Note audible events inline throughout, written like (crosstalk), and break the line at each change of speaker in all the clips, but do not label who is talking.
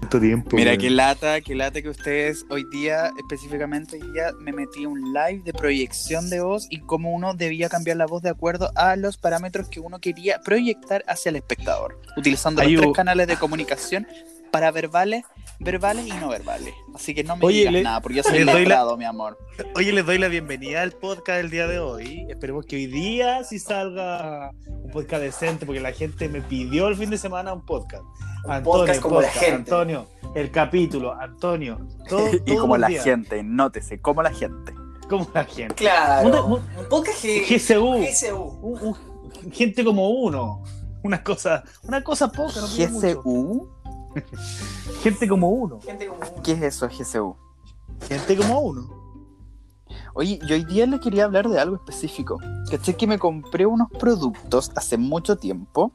tanto
Pues
tiempo.
Mira,
weón.
qué lata, qué lata que ustedes hoy día, específicamente hoy día, me metí a un live de proyección de voz y cómo uno debía cambiar la voz de acuerdo a los parámetros que uno quería proyectar hacia el espectador, utilizando
Ahí
los
hubo-
tres canales de comunicación para verbales, verbales y no verbales. Así que no me
Oye,
digas
le-
nada, porque yo soy
le doy la-
letrado, mi amor.
Oye, les doy la bienvenida al podcast del día de hoy. Esperemos que hoy día sí salga un podcast decente, porque la gente me pidió el fin de semana un podcast.
podcast como la gente.
Antonio, el capítulo, Antonio. todo-
(laughs) Y
todos
como
los
la
días.
gente, nótese, como la gente.
Como la gente.
Claro.
Un-
Un, podcast G-
GSU.
GSU.
un- un- gente como uno. Una cosa, una cosa poca, no pide mucho.
¿GSU?
Gente como uno.
Gente como uno.
¿Qué es eso, GSU?
Gente como uno.
Oye, yo hoy día le quería hablar de algo específico. Caché que me compré unos productos hace mucho tiempo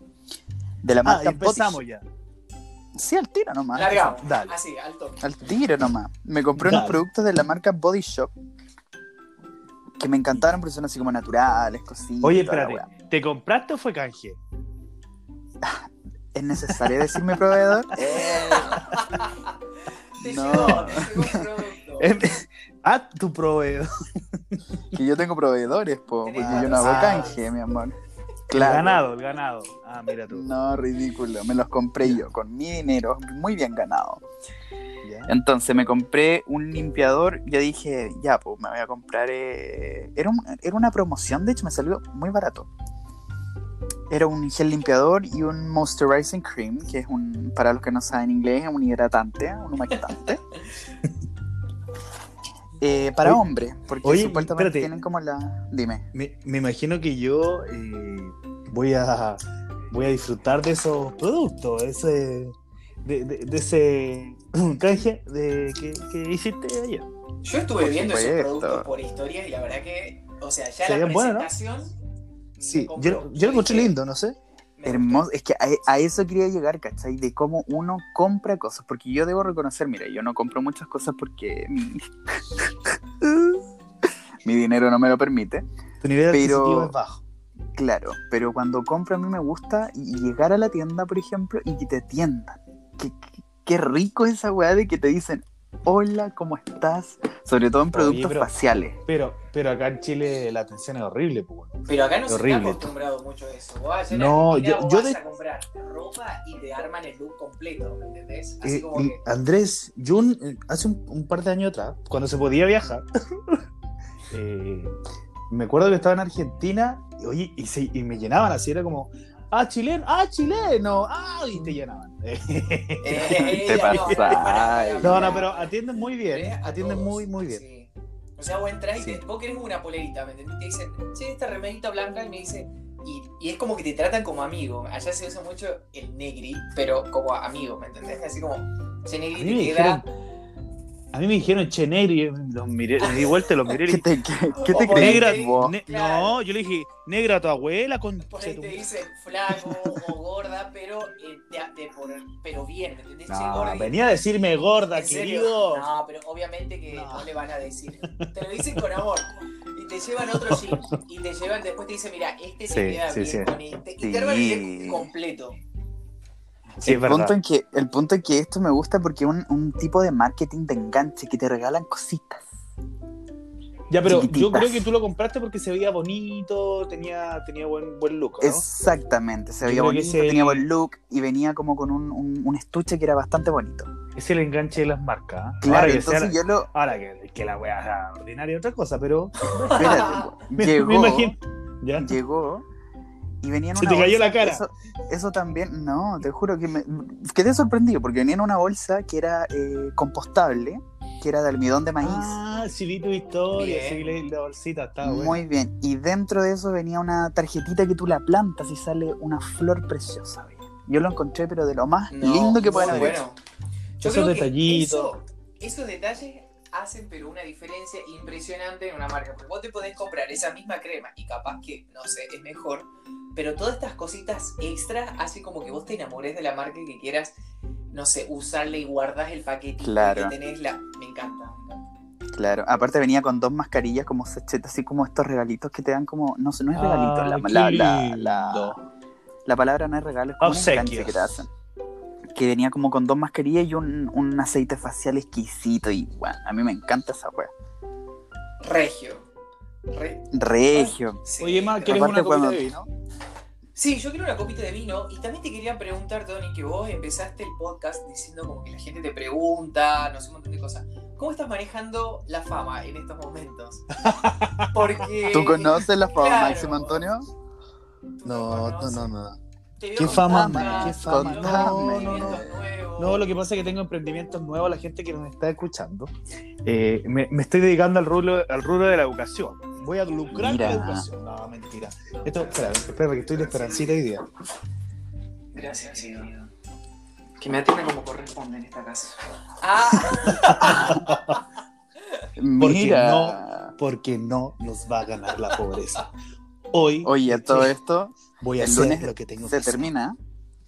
de la
Ah,
marca
y empezamos
Botiche.
ya.
Sí, al tiro nomás.
Largamos.
Ah,
Ah,
Dale.
Así, al toque.
Al tiro nomás. Me compré unos
Dale.
productos de la marca Body Shop que me encantaron porque son así como naturales, cositas.
Oye,
toda la
espérate.
weá.
¿Te compraste o fue canje?
¿Es necesario decirme proveedor? Eh,
Te
No.
llegó, te llegó
(laughs)
un producto.
Ah, tu proveedor.
que yo tengo proveedores, po, porque yo no hago
Ah.
canje, mi
(laughs)
amor.
El
Claro.
(laughs) ganado, el ganado. Ah, mira tú.
No, ridículo. Me los compré yo con mi dinero, muy bien ganado.
Ya.
Entonces me compré un limpiador. Yo dije, ya, pues me voy a comprar. eh, Era, un- era una promoción, de hecho, me salió muy barato. Era un gel limpiador y un moisturizing cream, que es un, para los que no saben inglés, es un hidratante,
(laughs)
un humectante. Eh, para
Oye,
hombres, porque
oye,
supuestamente
espérate.
tienen como la. Dime.
Me, me imagino que yo eh, voy a voy a disfrutar de esos productos, de ese, de, de- de ese (clears throat) canje de, que, que hiciste ayer.
Yo estuve
Por
viendo esos
supuesto.
productos por historias y la verdad que, o sea, ya
Se
la
ven buenos, ¿no?
presentación.
Sí,
me
yo,
compró.
yo lo encontré lindo, no sé.
Me gustó.
Hermoso, es que a, a eso quería llegar, ¿cachai? De cómo uno compra cosas, porque yo debo reconocer, mira, yo no compro muchas cosas porque mi,
Uh.
mi dinero no me lo permite,
Tu nivel
Pero-
adquisitivo es bajo.
claro, pero cuando compro a mí me gusta y y llegar a la tienda, por ejemplo, y que te atiendan. Qué, qué- qué rico esa weá de que te dicen, hola, ¿cómo estás? Sobre todo en productos
pero-
faciales.
Pero, pero acá en Chile la atención es horrible, pues, bueno.
Pero acá no se
Horrible.
está acostumbrado mucho a eso. Vos allá en
No,
Argentina
yo-
vos
yo
vas
de-
a comprar ropa y te arman el look completo, ¿me entendés? Así
Eh,
como
y
que.
Andrés, yo un- eh, hace un, un par de años atrás, cuando se podía viajar, (laughs) eh, me acuerdo que estaba en Argentina y, oye, y, se- y me llenaban así, era como, ah, chileno, ah, chileno, ah, y te llenaban. (laughs)
eh,
Te
no,
pasa,
no, pará, pará,
ay.
no, no,
pará.
pero atienden muy bien,
Ve
eh,
a
atienden
todos,
muy, muy bien.
sí. O sea, vos entras y
Sí.
te- vos querés una polerita, ¿me entendés? Te dicen, che, esta remerita blanca, y me dice. Y, y es como que te tratan como amigo. Allá se usa mucho el negri, pero como amigo, ¿me entendés? Así como, che,
A
negri
mí me
te queda.
dijeron, a mí me dijeron che negro, y yo los miré, me di vuelta, y los miré. y
¿Qué
(laughs)
dije,
te, qué, qué te
O
creíste
negra,
vos?
ne-
Claro.
no, yo le dije, negra a tu abuela, con
Por ahí te dicen flaco o gorda, pero, eh, te- te- por- pero bien, ¿me entendés? Che, gorda,
No,
y-
venía a decirme gorda,
¿En serio?
querido.
No, pero obviamente que no.
No.
le van a decir. Te lo dicen con amor. Y te llevan otro jean. Y te llevan, después te dicen, mira, este se
Sí,
queda
sí,
bien
sí.
con este. Y
Sí.
te arman el look completo.
Sí, es
el, punto
verdad.
en que, el punto en que esto me gusta porque es un, un tipo de marketing de enganche que te regalan cositas.
Ya, pero yo
Chiquititas.
creo que tú lo compraste porque se veía bonito, tenía, tenía buen, buen look, ¿no?
Exactamente, se
Yo
veía
creo que
bonito,
es el-
tenía buen look y venía como con un, un- un estuche que era bastante bonito.
Es el enganche de las marcas. ¿eh?
Claro,
ahora que, sea-
entonces yo
(laughs)
lo.
ahora que, que la wea sea ordinaria es otra cosa, pero (laughs)
Espérate, po.
me, me
llegó,
imagino. Ya.
llegó y venía en
Se
una.
te cayó
bolsa,
la cara.
Eso, eso también, no, te juro que me quedé sorprendido porque venía en una bolsa que era eh, compostable, que era de almidón de maíz.
Ah, sí vi tu historia,
Bien.
sí vi la- la bolsita, estaba buena.
Muy bien, y dentro de eso venía una tarjetita que tú la plantas y sale una flor preciosa. bien. Yo lo encontré, pero de lo más
No,
lindo que
muy
pueden haber.
bueno. Yo
Esos
creo que
detallitos.
eso- esos detalles hacen pero una diferencia impresionante en una marca. Porque vos te podés comprar esa misma crema y capaz que, no sé, es mejor. Pero todas estas cositas extras hacen como que vos te enamores de la marca y que quieras, no sé, usarla y guardás el paquetito
Claro.
que tenés la... Me encanta, me encanta.
Claro, aparte venía con dos mascarillas como sechetas, así como estos regalitos que te dan como, no sé, no es regalito, la,
Ay,
la-
Ah, qué
la- la-
lindo.
la palabra no es regalo, es como un enganche
Obsequios.
que te hacen. que venía como con dos mascarillas y un, un aceite facial exquisito. Y bueno, a mí me encanta esa wea.
Regio. Re-
Regio.
sí.
Oye, Emma, Ah, ¿quieres
Aparte,
una copita
cuando-
de vino?
Sí, yo quiero una copita de vino y también te quería preguntar, Tony, que vos empezaste el podcast diciendo como que la gente te pregunta, no sé, un montón de cosas. ¿Cómo estás manejando la fama en estos
(laughs)
momentos? Porque...
¿Tú conoces la fama,
claro.
Máximo Antonio?
No, no, no, no.
Te veo
¿Qué
con
fama,
ganas,
qué
con
fama?
nuevos
No, no, no.
emprendimientos nuevos.
No, lo que pasa es que tengo emprendimientos nuevos, la gente que nos está escuchando. Eh, me, me estoy dedicando al rubro, al rubro de la educación. Voy a lucrar
Mira.
con la educación. No, mentira. Esto, espera, espera, que estoy de esperancita hoy día.
Gracias, Guido. Que me atienda como corresponde en esta casa. Ah,
Mira.
Porque no nos va a ganar la pobreza. Hoy
Oye, todo esto
voy a
el
hacer
lunes
lo que tengo que
se
hacer.
termina.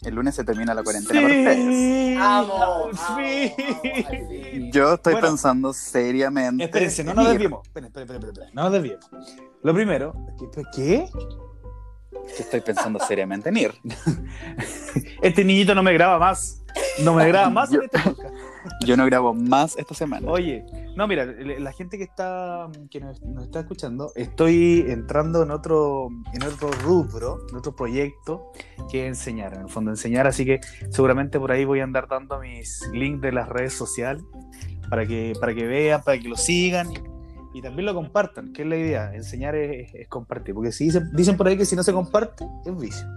El lunes se termina la cuarentena para ustedes.
Sí,
amo, amo,
al
amo, al
fin.
fin.
Yo estoy
Bueno.
pensando seriamente.
Espérense,
(laughs)
no nos
ir.
desviemos. Esperen, esperen, esperen, esperen, No nos desviemos. Lo primero, ¿qué- ¿qué?
Yo estoy pensando seriamente en ir.
Este niñito no me graba más. No me graba más en este podcast.
Yo no grabo más esta semana.
Oye, no, mira, le- la gente que está que nos, nos está escuchando, estoy entrando en otro en otro rubro, en otro proyecto que es enseñar, en el fondo enseñar, así que seguramente por ahí voy a andar dando mis links de las redes sociales para que para que vean, para que lo sigan y, y también lo compartan, que es la idea, enseñar es, es compartir, porque si dicen, dicen por ahí que si no se comparte es vicio.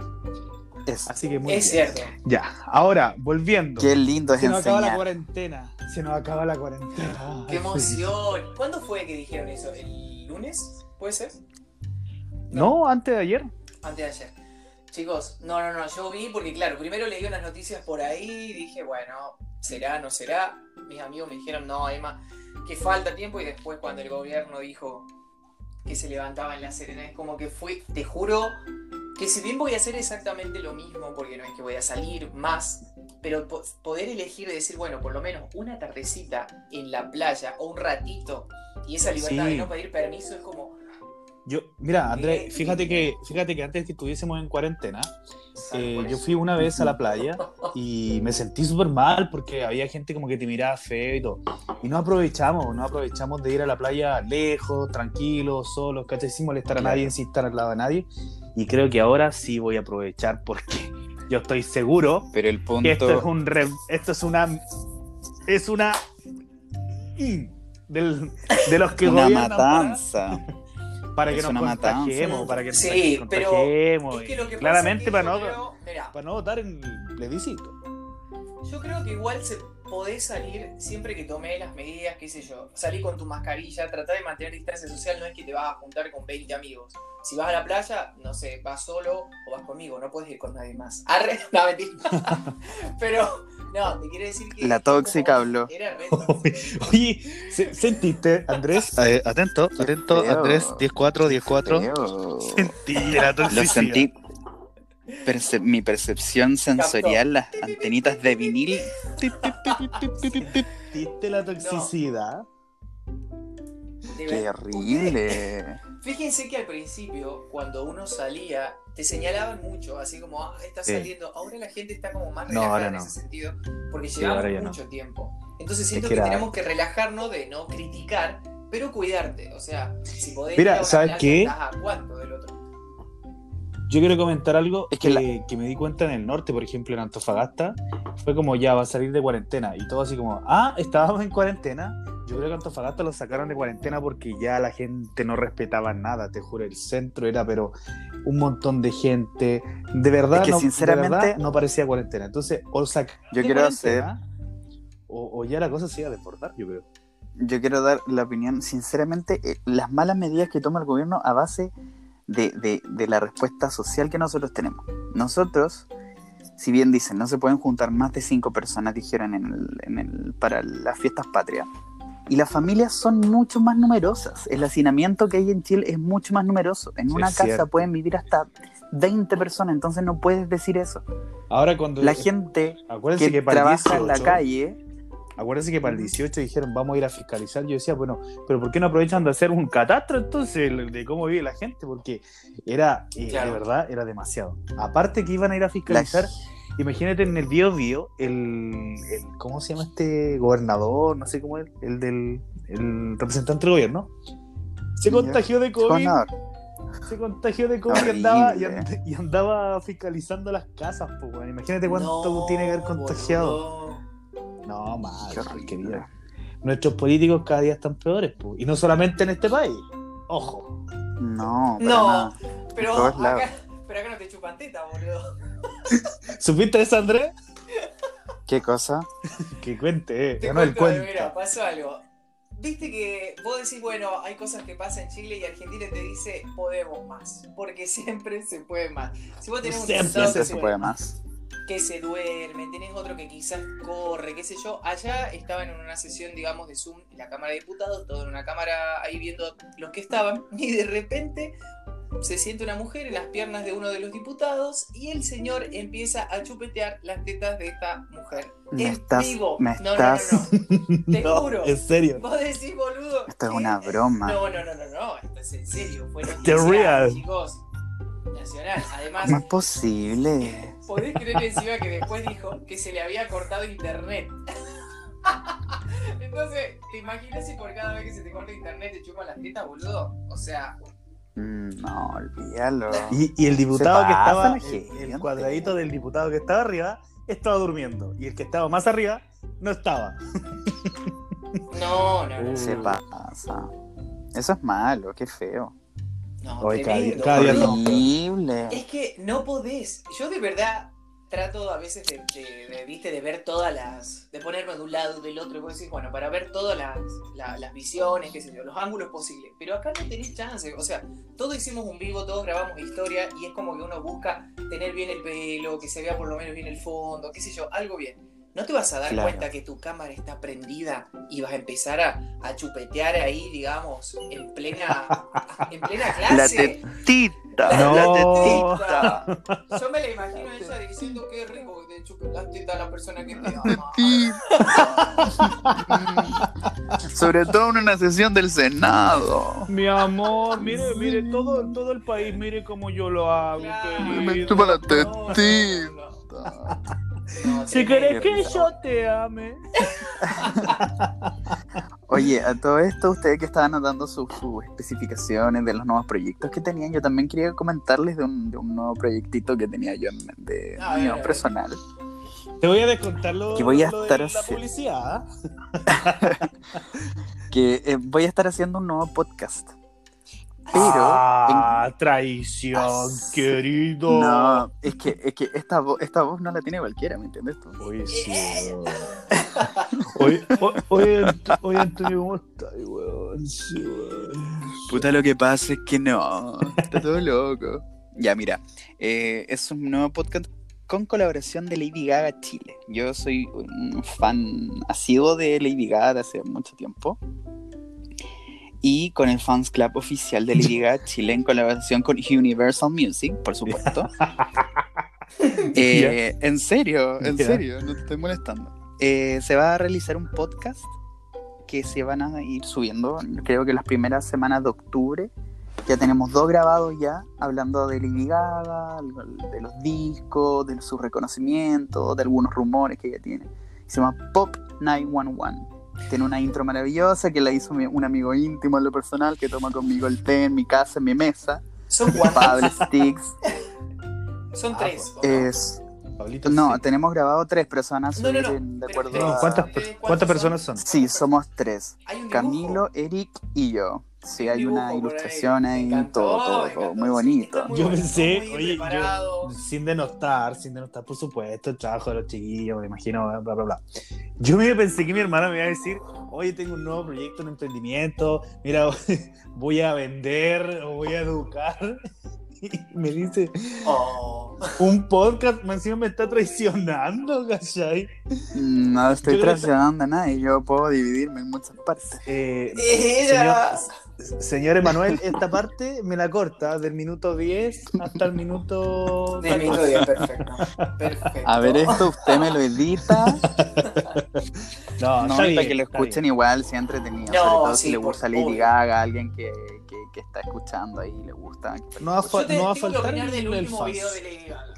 Es-
Así que muy
Es
bien.
cierto.
Ya, ahora volviendo.
qué lindo es
se nos acaba la
enseñar.
cuarentena. Se nos acaba la cuarentena.
¡Qué emoción! ¿Cuándo fue que dijeron eso? ¿El lunes? ¿Puede ser?
No, antes de ayer.
Antes de ayer. Chicos, no, no, no, yo vi porque, claro, primero leí unas noticias por ahí y dije, bueno, será, no será. Mis amigos me dijeron, no, Emma, que falta tiempo y después cuando el gobierno dijo que se levantaba en la Serena, es como que fue, te juro, que si bien voy a hacer exactamente lo mismo, porque no es que voy a salir más, pero po- poder elegir y decir, bueno, por lo menos una tardecita en la playa o un ratito y esa libertad de
Sí.
no pedir permiso es como...
Yo, mira, Andrés,
Eh.
fíjate que, fíjate que antes que estuviésemos en cuarentena,
salgo
eh,
por
yo
eso.
fui una vez a
(laughs)
la playa y me sentí súper mal porque había gente como que te miraba feo y todo. Y no aprovechamos, no aprovechamos de ir a la playa lejos, tranquilos, solos, ¿cachai? Sin molestar a
Claro.
nadie, sin estar al lado de nadie. Y creo que ahora sí voy a aprovechar porque (laughs) yo estoy seguro
Pero el punto.
que esto Este es un re- esto es una es una in del- de los que
una
gobiernan para-
matanza.
para que
Es
nos
una matanza.
contagiemos, para que nos
Sí, pero
contagiemos.
Es que lo que pasa
claramente
es que
para
yo
no,
creo- mirá,
para no votar en el
(laughs)
plebiscito.
yo creo que igual se podés salir siempre que tomé las medidas, qué sé yo. Salí con tu mascarilla, tratá de mantener distancia social, no es que te vas a juntar con 20 amigos. Si vas a la playa, no sé, vas solo o vas conmigo, no puedes ir con nadie más. (laughs) Arre, no, mentira.
(laughs)
Pero, no, te quiere decir que...
La tóxica
como-
habló.
Era re tóxica.
Oye, se- ¿sentiste, Andrés? Eh, atento, atento,
feo.
Andrés, 10-4, 10-4.
Feo.
Sentí la toxicidad.
Lo sentí. Perce- mi percepción sensorial, las antenitas de vinil. Tip, tip, tip, tip, tip, tip, tip.
¿Sentiste la toxicidad?
De
Qué
verdad.
horrible.
Fíjense que al principio, cuando uno salía, te señalaban mucho, así como, ah, está
Sí.
saliendo. Ahora la gente está como más
No,
relajada
ahora
en
no.
ese sentido, porque
Sí,
llevamos
ahora ya no.
mucho tiempo. Entonces siento
que
que,
era-
tenemos que relajarnos de no criticar, pero cuidarte. O sea, si podés.
Mira,
ir a una
¿sabes
playa,
qué?
estás a cuánto del otro.
Yo quiero comentar algo
Es que
que, que me di cuenta en el norte, por ejemplo, en Antofagasta. Fue como ya va a salir de cuarentena. Y todo así como, ah, estábamos en cuarentena. Yo creo que Antofagasta lo sacaron de cuarentena porque ya la gente no respetaba nada, te juro. El centro era, pero un montón de gente. De verdad,
Es que
no, de
sinceramente-
verdad no parecía cuarentena. Entonces, o sacaron
Yo
de
quiero hacer.
cuarentena, O, o ya la cosa se iba a desbordar, yo creo.
Yo quiero dar la opinión, sinceramente, eh, las malas medidas que toma el gobierno a base de, de- de la respuesta social que nosotros tenemos. Nosotros, si bien dicen, no se pueden juntar más de cinco personas, dijeron en el- en el- para las fiestas patrias. Y las familias son mucho más numerosas. El hacinamiento que hay en Chile es mucho más numeroso. En
Sí,
una
es
casa
cierto.
pueden vivir hasta 20 personas, entonces no puedes decir eso.
Ahora cuando...
La gente
acuérdense
que,
Eh, que, para el
trabaja en la
18,
calle
Acuérdense que para el
Ujú.
18 dijeron vamos a ir a fiscalizar. Yo decía, bueno, pero ¿por qué no aprovechan de hacer un catastro entonces el- de cómo vive la gente? Porque era, eh,
Claro.
de verdad, era demasiado. Aparte que iban a ir a fiscalizar Imagínate en el Bio Bio, el, el- ¿Cómo se llama este gobernador? No sé cómo es. El del. El representante del gobierno. Se
Ya.
contagió de COVID.
Gobernador.
Se contagió de COVID y
Horrible.
andaba, y, and- y andaba fiscalizando las casas, pues, weón. Imagínate cuánto
No,
tiene que haber contagiado.
boludo.
No, mal,
Qué horrible.
querida. Nuestros políticos cada día están peores, pues. Y no solamente en este país. Ojo.
No, para
No.
nada.
Pero
En todos lados.
acá, pero acá no te chupan teta, boludo.
¿Supiste eso, Andrés?
¿Qué cosa?
Que cuente, eh.
Te
Ganó el
cuento,
cuento.
Mira, pasó algo. Viste que vos decís, bueno, hay cosas que pasan en Chile y Argentina te dice, podemos más. Porque (laughs) siempre se puede más. Si vos tenés
Siempre
un
No, se
Siempre
socio
se puede más.
que se duerme, tenés otro que quizás corre, qué sé yo. Allá estaban en una sesión, digamos, de Zoom, en la Cámara de Diputados, todo en una cámara ahí viendo los que estaban, (laughs) y de repente se siente una mujer en las piernas de uno de los diputados y el señor empieza a chupetear las tetas de esta mujer.
Me
En
estás-
vivo.
me
No, no, no,
estás-
no, Te
(laughs) No,
juro.
en serio.
Vos decís, boludo.
Esto es
que-
una broma.
No, no, no, no, no. Esto es en serio. Fue
The
nacional,
real.
chicos. Nacional. Además,
¿Cómo es posible?
Podés creer encima que después dijo que se le había cortado internet. (laughs) Entonces, ¿te imaginas si por cada vez que se te corta internet te chupa las tetas, boludo? O sea,
Mm, No, olvídalo.
Y, y el diputado
Se
que estaba,
pasan,
el- el,
gente.
cuadradito del diputado que estaba arriba, estaba durmiendo. Y el que estaba más arriba, no estaba.
no, no, no.
Uh.
Se pasa. Eso es malo, qué feo.
no
Hoy cada día-
tremendo,
cada día
boludo.
no.
Horrible.
Es que no podés. Yo de verdad trato a veces de, de- de, viste, de ver todas las. de ponerme de un lado del otro y vos decís, bueno, para ver todas las, la- las visiones, qué sé yo, los ángulos posibles. Pero acá no tenés chance. O sea, todos hicimos un vivo, todos grabamos historia y es como que uno busca tener bien el pelo, que se vea por lo menos bien el fondo, qué sé yo, algo bien. No te vas a dar
Claro.
cuenta que tu cámara está prendida y vas a empezar a, a chupetear ahí, digamos, en plena, en plena
(laughs) La
clase. (laughs)
tetita.
No.
La tetita.
Yo me la imagino a ella diciendo que rico que te chupe las tetas a la
(laughs)
persona que te ama.
Mm. Sobre todo en una sesión del Senado.
Mi amor, mire, mire, todo, todo el país, mire cómo yo lo hago.
Claro.
Me chupa la
No,
tetita.
no, no,
Ah,
no,
Si querés
tremendo.
que yo te ame.
Oye, a todo esto, ustedes que estaban anotando sus, sus especificaciones de los nuevos proyectos que tenían, yo también quería comentarles de un, de un nuevo proyectito que tenía yo en- de
A ver, a
mío
ver.
personal.
Te voy a descontar lo,
Que voy a
lo de
estar
la
haciendo.
publicidad. ¿ah?
Que eh, voy a estar haciendo un nuevo podcast. Pero-
Ah, traición,
Ah,
querido.
No, es que, es que esta, vo- esta voz no la tiene cualquiera, ¿me entiendes tú?
Oye, sí,
Eh,
weón. Oye, o- oye, Ant- oye, Antonio, ¿cómo estás, weón? Sí, weón.
Puta, lo que pasa es que no. Está todo loco. Ya, mira. eh, es un nuevo podcast con colaboración de Lady Gaga Chile. Yo soy un fan asiduo de Lady Gaga de hace mucho tiempo. Y con el Fans Club oficial de Lady Gaga Chile en colaboración con Universal Music, por supuesto. Eh, En serio, en
Ya.
serio, no te estoy molestando. Eh, se va a realizar un podcast que se van a ir subiendo, creo que las primeras semanas de octubre. Ya tenemos dos grabados ya, hablando de Lady Gaga, de los discos, de su reconocimiento, de algunos rumores que ella tiene. Se llama Pop 911. Tiene una intro maravillosa que la hizo mi- un amigo íntimo en lo personal que toma conmigo el té en mi casa, en mi mesa.
Son cuatro. (laughs)
Pablo Sticks.
Son
Ah,
tres.
eh,
¿o no?
Es,
Pablito,
no,
sí.
tenemos grabado tres personas.
No, no, no.
suelen, De
Pero
acuerdo
tenemos-
a-
¿Cuántas, per-
¿Cuántos
cuántas
son?
personas son?
Sí, somos tres.
Hay un dibujo.
Camilo, Eric y yo. Sí, hay
dibujo
una
por ahí.
ilustración
Me
ahí,
encantó,
todo, todo,
me
todo,
encantó,
muy
sí,
bonito.
está muy
Yo
bueno,
pensé,
muy
oye,
preparado.
yo, sin denostar, sin denostar, por supuesto, el trabajo de los chiquillos, me imagino, bla, bla, bla. Yo medio pensé que mi hermana me iba a decir, oye, tengo un nuevo proyecto, un emprendimiento, mira, (laughs) voy a vender o voy a educar. (laughs) Y me dice,
Oh. (laughs)
un podcast, me encima me está traicionando, ¿cachai?
Mm, No
(laughs)
estoy
Yo creo que-
traicionando a nadie, yo puedo dividirme en muchas partes.
Eh,
Era.
señor, señor Emanuel, esta parte me la corta del minuto 10 hasta el minuto...
De mi historia, perfecto. Perfecto.
A ver, esto usted me lo (laughs) edita.
No,
No,
está
para
bien,
que lo
está bien.
escuchen igual, sea entretenido.
No,
sobre todo
sí,
si le
por
gusta Lady
favor.
Gaga, alguien que, que, que está escuchando ahí le gusta.
No va a
Yo
fa-
te
no va a
tengo que
faltar
opinar del
el
último
fans.
video de Lady Gaga.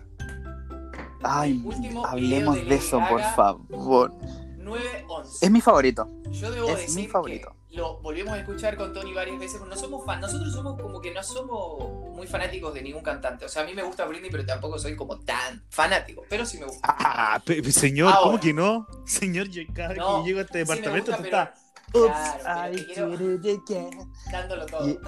Ay,
Último
hablemos
video
de
de
eso,
Lady
por
Gaga.
favor.
9-11.
Es mi favorito.
Yo debo
Es
decir
mi favorito.
que lo volvimos a escuchar con Tony varias veces, pero no somos fan. Nosotros somos como que no somos muy fanáticos de ningún cantante. O sea, a mí me gusta Britney, pero tampoco soy como tan fanático. Pero sí me gusta.
Ah, pe- pe- señor,
Ahora.
¿cómo que no? Señor, yo cada vez
No,
que llego a este
Sí me
departamento,
gusta,
tú
pero-
estás.
pero-
"Oops,
claro, pero
I
te quiero-
did it again".
Dándolo todo.
Y-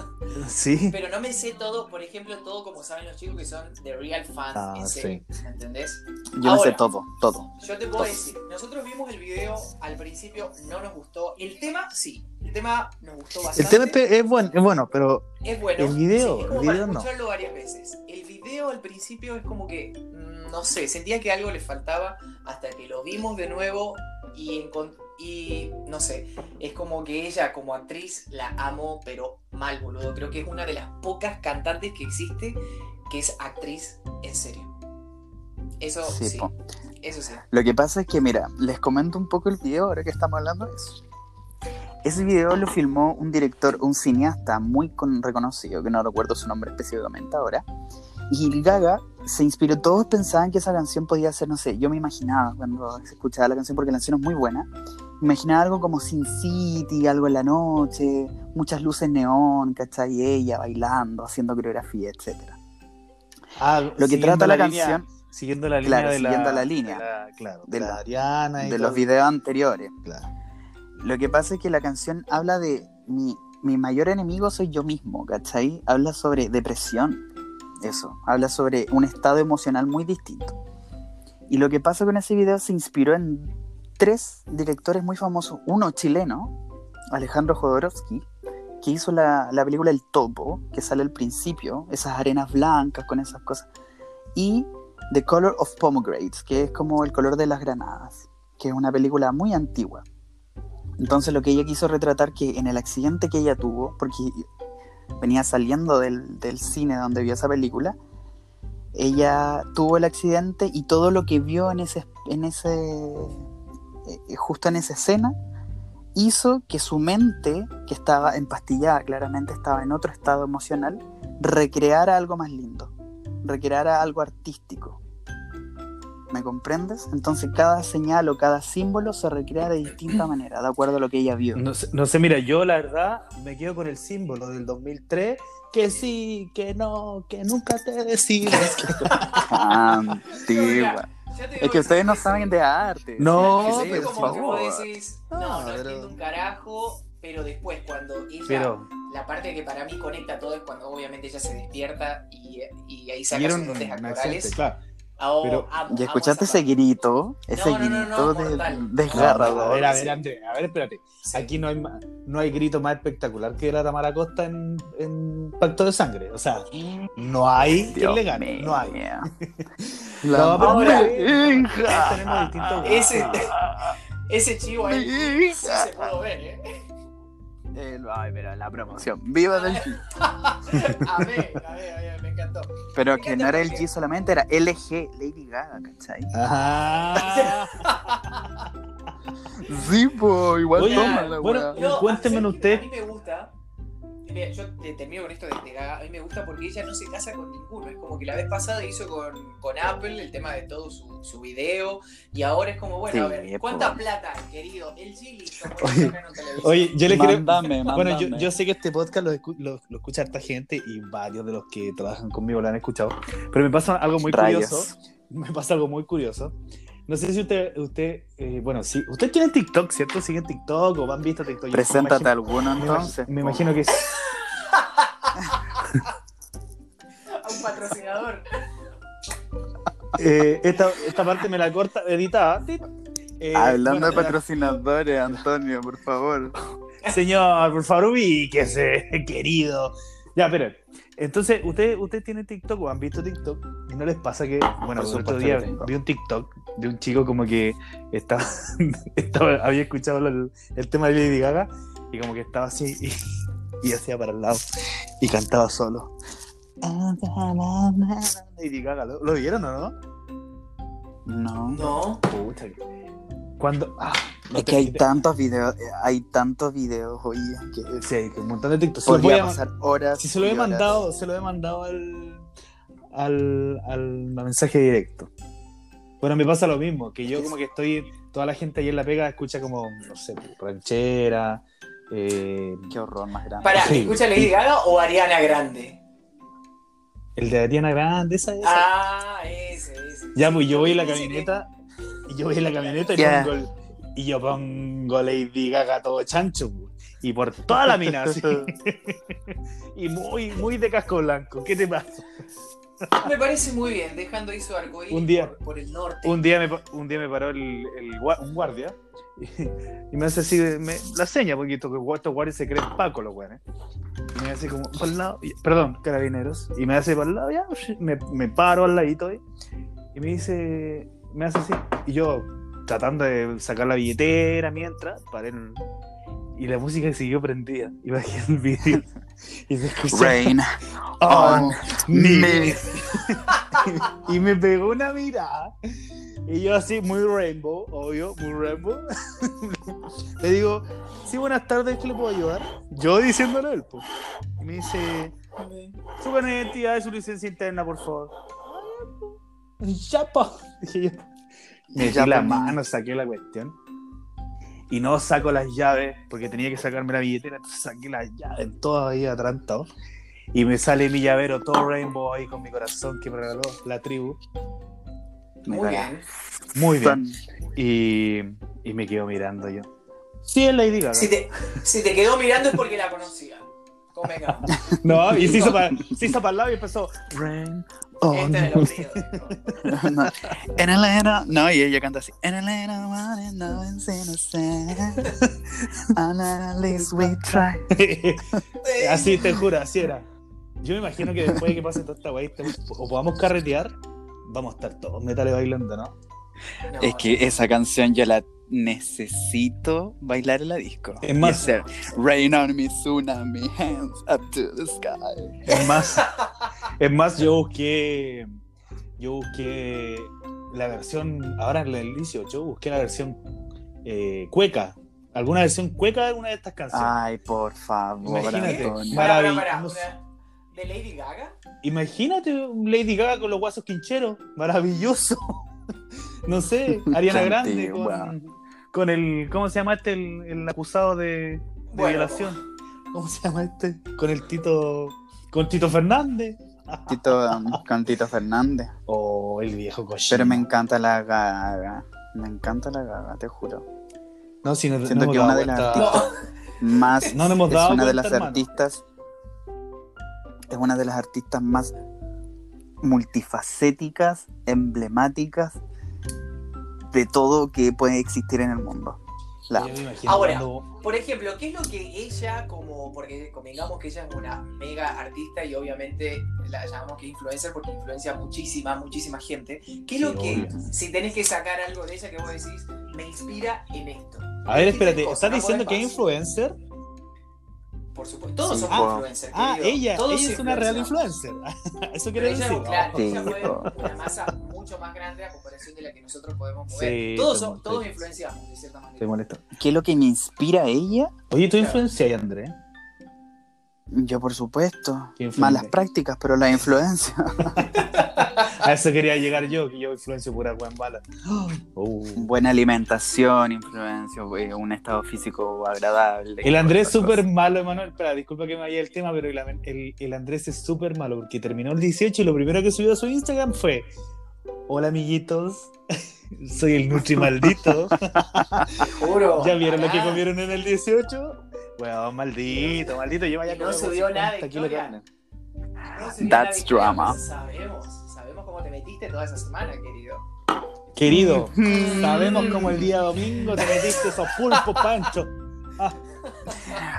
Sí.
Pero no me sé todo, por ejemplo, todo como saben los chicos que son de real fans.
Ah,
en serio, ¿Entendés?
Yo me sé
Ahora.
todo, todo.
Yo te puedo decir, nosotros vimos el video al principio, no nos gustó. El tema, sí. El tema nos gustó bastante.
El tema es, es bueno, es bueno, pero
Es bueno.
El video,
sí, es como
el
para
video no.
escucharlo varias veces. El video al principio es como que, mm, no sé, sentía que algo le faltaba hasta que lo vimos de nuevo y, encon- y no sé, es como que ella como actriz la amo, pero mal, boludo. Creo que es una de las pocas cantantes que existe que es actriz en serio. Eso sí,
Sí, po.
eso sí.
Lo que pasa es que, mira, les comento un poco el video ahora que estamos hablando de eso. Ese video lo filmó un director, un cineasta muy con- reconocido, que no recuerdo su nombre específicamente ahora. Y Gaga se inspiró, todos pensaban que esa canción podía ser, no sé, yo me imaginaba cuando se escuchaba la canción, porque la canción es muy buena, me imaginaba algo como Sin City, algo en la noche, muchas luces neón, ¿cachai? Y ella bailando, haciendo coreografía, etcétera.
ah,
Lo que
siguiendo
trata la,
línea-
canción
siguiendo la
Claro,
línea de la,
siguiendo la
de
línea
la- claro,
de
de
la-
la Ariana y
de
todo
los
eso.
videos anteriores.
Claro.
Lo que pasa es que la canción habla de mi, mi mayor enemigo soy yo mismo, ¿cachai? Habla sobre depresión, eso, habla sobre un estado emocional muy distinto. Y lo que pasa con ese video se inspiró en tres directores muy famosos, uno chileno, Alejandro Jodorowsky, que hizo la, la película El Topo, que sale al principio, esas arenas blancas con esas cosas, y The Color of Pomegranates, que es como el color de las granadas, que es una película muy antigua. Entonces lo que ella quiso retratar que en el accidente que ella tuvo, porque venía saliendo del, del cine donde vio esa película, ella tuvo el accidente y todo lo que vio en ese, en ese eh, justo en esa escena hizo que su mente, que estaba empastillada, claramente estaba en otro estado emocional, recreara algo más lindo, recreara algo artístico. ¿Me comprendes? Entonces cada señal o cada símbolo se recrea de distinta manera, de acuerdo a lo que
(laughs)
ella vio.
No sé, no sé, mira, yo la verdad me quedo con el símbolo del 2003, que sí, que no, que nunca te decides.
(laughs)
Antigua.
Ya te digo
Es que ustedes no
sí,
saben
sí.
de arte.
No,
Es que
Sí,
sí,
pero
como
por
que
favor.
vos decís, no, no,
Ah, pero-
entiendo un carajo, pero después cuando ella
Pero
La parte que para mí conecta todo es cuando obviamente ella se despierta y, y ahí saca
vieron
sus dotes
un
actorales.
accidente, claro.
Ah,
pero-
amo-
¿Ya
amo
escuchaste
esa
ese
parte.
grito? Ese
No, no, no, no,
grito de- (laughs)
mortal.
A
desgarrador.
ver, a ver, Andrés, a ver, espérate.
Sí.
Aquí no hay, ma- no hay grito más espectacular que la Tamara Costa en, en Pacto de Sangre. O sea, no hay quien
Dios
le gane,
mío.
no hay.
La
No, pero
mamá
mira,
hija.
tenemos distintos-
Ese, ese chivo ahí
Mi
sí se pudo ver, ¿eh? (laughs)
El- Ay, pero la promoción. Viva del G.
A ver, a ver, a ver, me encantó.
Pero que no era el G solamente, era LG, Lady Gaga, ¿cachai?
Ah.
Sí, po, igual
Oye,
toma la
bueno,
weá.
No,
Cuéntenmelo
a mí-
usted.
A mí me gusta. Mira, yo te termino con esto de, de Gaga. A mí me gusta porque ella no se casa con ninguno. Es como que la vez pasada hizo con, con Apple el tema de todo su, su video. Y ahora es como, bueno, a
Sí,
ver,
po.
¿cuánta plata, querido? El Gili. como
Oye,
acá no te lo dice.
Oye, yo le quiero.
Mándame,
Bueno, yo,
mándame.
yo sé que este podcast lo, escu- lo- lo escucha harta gente y varios de los que trabajan conmigo lo han escuchado. Pero me pasa algo muy
Rayos.
curioso. Me pasa algo muy curioso. No sé si usted, usted eh, bueno, sí, usted tiene TikTok, ¿cierto? ¿Siguen TikTok o han visto TikTok? Yo me
Preséntate
imagino-
alguno
me imag-
entonces.
Me
po.
imagino que sí.
A un patrocinador.
Eh, esta, esta parte me la corta, editada. Eh,
Hablando
bueno,
de patrocinadores, Antonio, por favor.
Señor, por favor, ubíquese, querido. Ya, pero. Entonces, ustedes ustedes tienen TikTok o han visto TikTok y no les pasa que. Bueno,
Por
el otro
supuesto
día
que tengo.
vi un TikTok de un chico como que estaba, (laughs) estaba- había escuchado el, el tema de Lady Gaga y como que estaba así y, y hacía para el lado y cantaba solo. Lady Gaga, ¿lo, lo vieron o no?
No.
No.
Pucha. Cuando. ah, no
es
te-
que hay tantos videos, eh, hay tantos videos, oye, que
Sí, hay un montón de TikTok. Se los voy
podría
a-
pasar horas.
Si se lo
y
he
horas.
mandado, se lo he mandado al, al, al mensaje directo. Bueno, me pasa lo mismo, que yo como que estoy, toda la gente ahí en la pega escucha como, no sé, ranchera, eh,
Qué horror más grande.
Para,
Sí.
¿escucha Lady Gaga o Ariana Grande?
el de Ariana Grande, esa es.
Ah, ese, ese.
Ya, pues yo voy en la camioneta, y yo voy en la camioneta y,
Ya.
pongo, el- y yo pongo Lady Gaga todo chancho, pues, y por toda la mina,
(laughs)
así. (laughs) y muy, muy de casco blanco, ¿qué te pasa?
Me parece muy bien, dejando ahí su arcoíris
Un día.
Por, por el norte.
Un día me, pa- un día me paró el, el gua- un guardia y, me hace así, me, la seña, porque estos, gu- estos guardias se creen Paco, los weones. Y me hace como, para el lado, y- perdón, carabineros. Y me hace para el lado, ya, me, me paro al ladito ahí, y me dice, me hace así. Y yo, tratando de sacar la billetera mientras, paré en- y la música siguió prendida. Y bajé el vídeo (laughs) y se escuchaba (laughs)
Rain
"Oh,
on me.
(laughs) y me pegó una mirada. Y yo así, muy rainbow, obvio, muy rainbow. (laughs) Le digo, sí, buenas tardes, ¿qué le puedo ayudar? Yo diciéndole a él, po. Y me dice, su carnet de identidad y su licencia interna, por favor. Chapa. Dije yo. (laughs) Me
Ya,
metí la
pues,
mano, saqué la cuestión. Y no saco las llaves, porque tenía que sacarme la billetera, entonces saqué las llaves, todo ahí atrantado. Y me sale mi llavero todo rainbow ahí con mi corazón que me regaló la tribu.
Muy bien.
Muy bien.
Son-
Y, y me quedo mirando yo. Sí, es Lady Gaga.
Si te, si te quedó mirando es porque la conocía.
(laughs)
Convengamos.
No, y se hizo
(laughs)
para el lado y empezó.
Rain
Este
on
era el apellido.
(laughs) No. En Atlanta- no, y ella canta así. En Atlanta, one and no one's innocent.
(laughs)
And at least we try.
(laughs) así, te juro, así era. Yo me imagino que después de que pase toda esta wey, o podamos carretear, vamos a estar todos metales bailando, ¿no?
No,
Es que esa canción yo la necesito bailar en la disco.
Es más-
Y hacer Rain on me, tsunami, hands up to the sky.
Es
(laughs)
más, es más, yo busqué. Yo busqué la versión. Ahora en el 18, busqué la versión eh, cueca. Alguna versión cueca de alguna de estas canciones.
Ay, por favor,
Imagínate.
Antonio.
Pará, pará, pará,
maravilloso.
una- ¿De Lady Gaga?
Imagínate un Lady Gaga con los guasos quincheros. Maravilloso. (laughs) No sé, Ariana
Qué
Grande
antigua.
con, con el. ¿Cómo se llama este? El, el acusado de, de
Bueno.
violación. ¿Cómo se llama este? Con el Tito. Con Tito Fernández.
Tito, um, con Tito Fernández.
(laughs) Oh, el viejo cochino.
Pero me encanta la gaga. Me encanta la gaga, te juro.
No, si no,
Siento
no hemos
que
dado
una de las
vuelta-
No,
Más
No nos hemos
es
dado
una de
cuenta,
las
hermano.
artistas. Es una de las artistas más multifacéticas, emblemáticas de todo que puede existir en el mundo. La
Yo me imagino
Ahora.
cuando-
Por ejemplo, ¿qué es lo que ella, como, porque convengamos que ella es una mega artista y obviamente la llamamos que influencer porque influencia a muchísima, muchísima gente, ¿qué es lo
Sí,
que,
obvio.
si tenés que sacar algo de ella que vos decís, me inspira en esto?
A ver, espérate,
Cosas,
¿estás
no
diciendo que
podés
es
más.
influencer?
Por supuesto, todos
Sí,
somos
po.
influencers.
Ah,
querido.
ella,
Todos
ella es una real
influenciamos.
influencer. (laughs) Eso
Pero
quiere
ella,
decir.
no, claro,
Sí,
ella mueve
po.
una masa mucho más grande a comparación de la que nosotros podemos mover.
Sí,
todos,
te
son-
molesto.
todos influenciamos, de cierta manera.
Te molesta.
¿Qué es lo que me inspira a ella?
Oye, ¿tú
Claro.
influencias, André?
Yo, por supuesto.
¿Qué influye?
Malas prácticas, pero la
(laughs)
influencia.
A eso quería llegar yo, que yo influencio pura buen bala. (gasps) Oh.
Buena alimentación, influencia, eh, un estado físico agradable.
El Andrés es
Cosas.
súper malo, Emanuel. Espera, disculpa que me vaya el tema, pero el, el- el Andrés es súper malo porque terminó el 18 y lo primero que subió a su Instagram fue: Hola, amiguitos. (laughs) Soy el Nutri maldito.
Te juro.
¿Ya vieron lo que
pará.
comieron en el 18? Weón, maldito, maldito. Yo vaya
Y no subió nada de historia. No sé bien
That's
la victoria,
drama.
pero pues, Sabemos, sabemos cómo te metiste toda esa semana, querido.
Querido,
Mm.
sabemos cómo el día domingo te metiste esos pulpos, Pancho.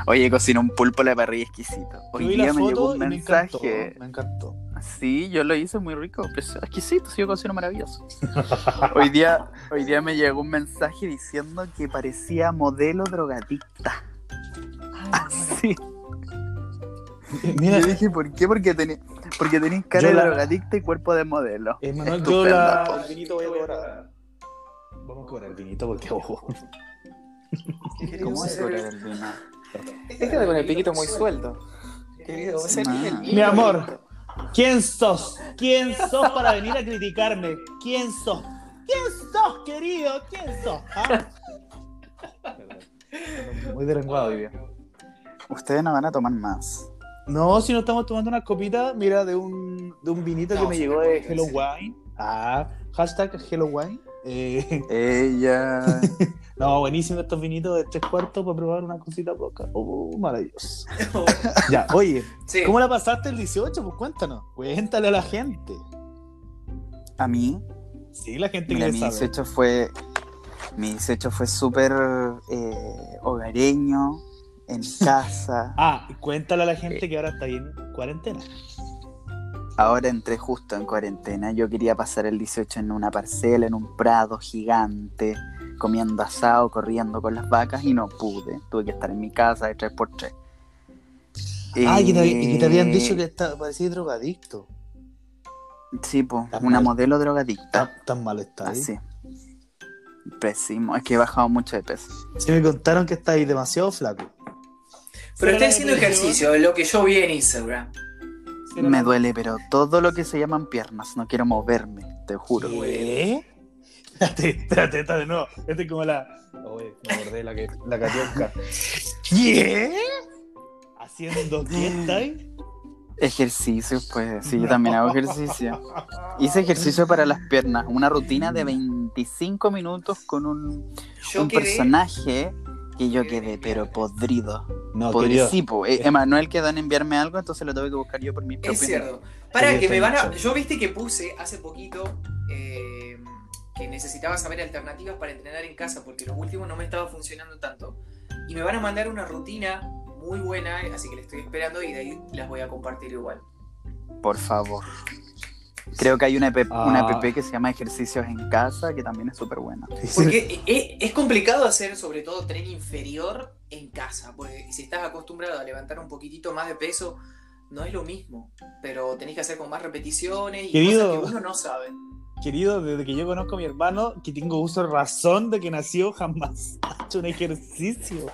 Oye, cociné un pulpo a la parrilla exquisito. Hoy
Subí
día
la
me llegó
foto
un
y me encantó.
mensaje.
Me encantó.
Sí, yo lo hice muy rico, pero es exquisito, sí, yo cocino
(laughs)
maravilloso. Hoy día, hoy día me llegó un mensaje diciendo que parecía modelo drogadicta. (laughs) Así.
Mira,
Yo dije, ¿por qué? Porque tenés porque tenés cara
Yo
de
la-
drogadicta y cuerpo de modelo.
Emanuel, eh, yo
Estupenda.
la. El vinito voy a cobrar. Vamos a cobrar el vinito porque. ojo.
¿Cómo es
Sí.
cobrar el vino?
Este con el piquito muy suelto.
Mi amor, ¿quién sos? ¿Quién sos para venir a criticarme? ¿Quién sos? ¿Quién sos, querido? ¿Quién sos? ah? Perdón. Muy delenguado hoy día.
Ustedes no van a tomar más.
No, si no estamos tomando una copita, mira, de un, de un vinito
No,
que me
sí,
llegó
me
de
puedo
Hello
decir.
Wine. Ah, hashtag Hello Wine. Eh, (laughs)
Ella.
no, buenísimo estos vinitos de tres cuartos para probar una cosita poca. Oh, maravilloso. (laughs)
No.
Ya, oye,
Sí.
¿cómo la pasaste el 18? Pues cuéntanos. Cuéntale a la gente.
A mí,
Sí, la gente
mira,
quiere
mi
saber.
18 fue. Mi 18 fue súper eh, hogareño,
(laughs)
en casa.
Ah, y cuéntale a la gente que ahora está en cuarentena.
Ahora entré justo en cuarentena. Yo quería pasar el 18 en una parcela, en un prado gigante, comiendo asado, corriendo con las vacas y no pude. Tuve que estar en mi casa de 3x3.
Ah, y que te, había- y que te habían
Eh,
dicho que está, parecías drogadicto.
Sí, pues,
Tan
una
mal.
modelo drogadicta.
Tan, tan mal está ahí.
Así. Pésimo. Es que he bajado mucho de peso.
Sí, me contaron que estáis demasiado flaco.
Pero está haciendo ejercicio, lo que yo vi en Instagram.
Me duele, pero todo lo que se llaman piernas. No quiero moverme, te
(laughs)
juro.
¿Qué? Espérate, espérate, está de nuevo. Este es como la. Oye, me acordé la, que, la cationca. ¿Qué? ¿Haciendo qué estáis?
Ejercicio, pues. Sí, yo
No.
también hago ejercicio. Hice ejercicio para las piernas, una rutina de 25 minutos con un,
Yo
un
quedé-
personaje que yo
quedé
quedé, pero
mierda.
podrido.
No, querido.
Podricipo. Eh, Emanuel quedó en enviarme algo, entonces lo tuve que buscar yo por mis
Es
propios medios.
cierto. Para
Tenía
que me van a.
mucho.
Yo viste que puse hace poquito eh, que necesitaba saber alternativas para entrenar en casa porque los últimos no me estaba funcionando tanto. Y me van a mandar una rutina muy buena, así que la estoy esperando y de ahí las voy a compartir igual.
Por favor. Creo que hay una app, una
Ah.
app que se llama Ejercicios en Casa, que también es súper buena.
Porque e- e- es complicado hacer sobre todo tren inferior en casa, porque si estás acostumbrado a levantar un poquitito más de peso, no es lo mismo, pero tenés que hacer con más repeticiones y
Querido.
cosas que uno no sabe.
Querido, desde que yo conozco a mi hermano, que tengo uso de razón de que nació, jamás (laughs) ha hecho un ejercicio.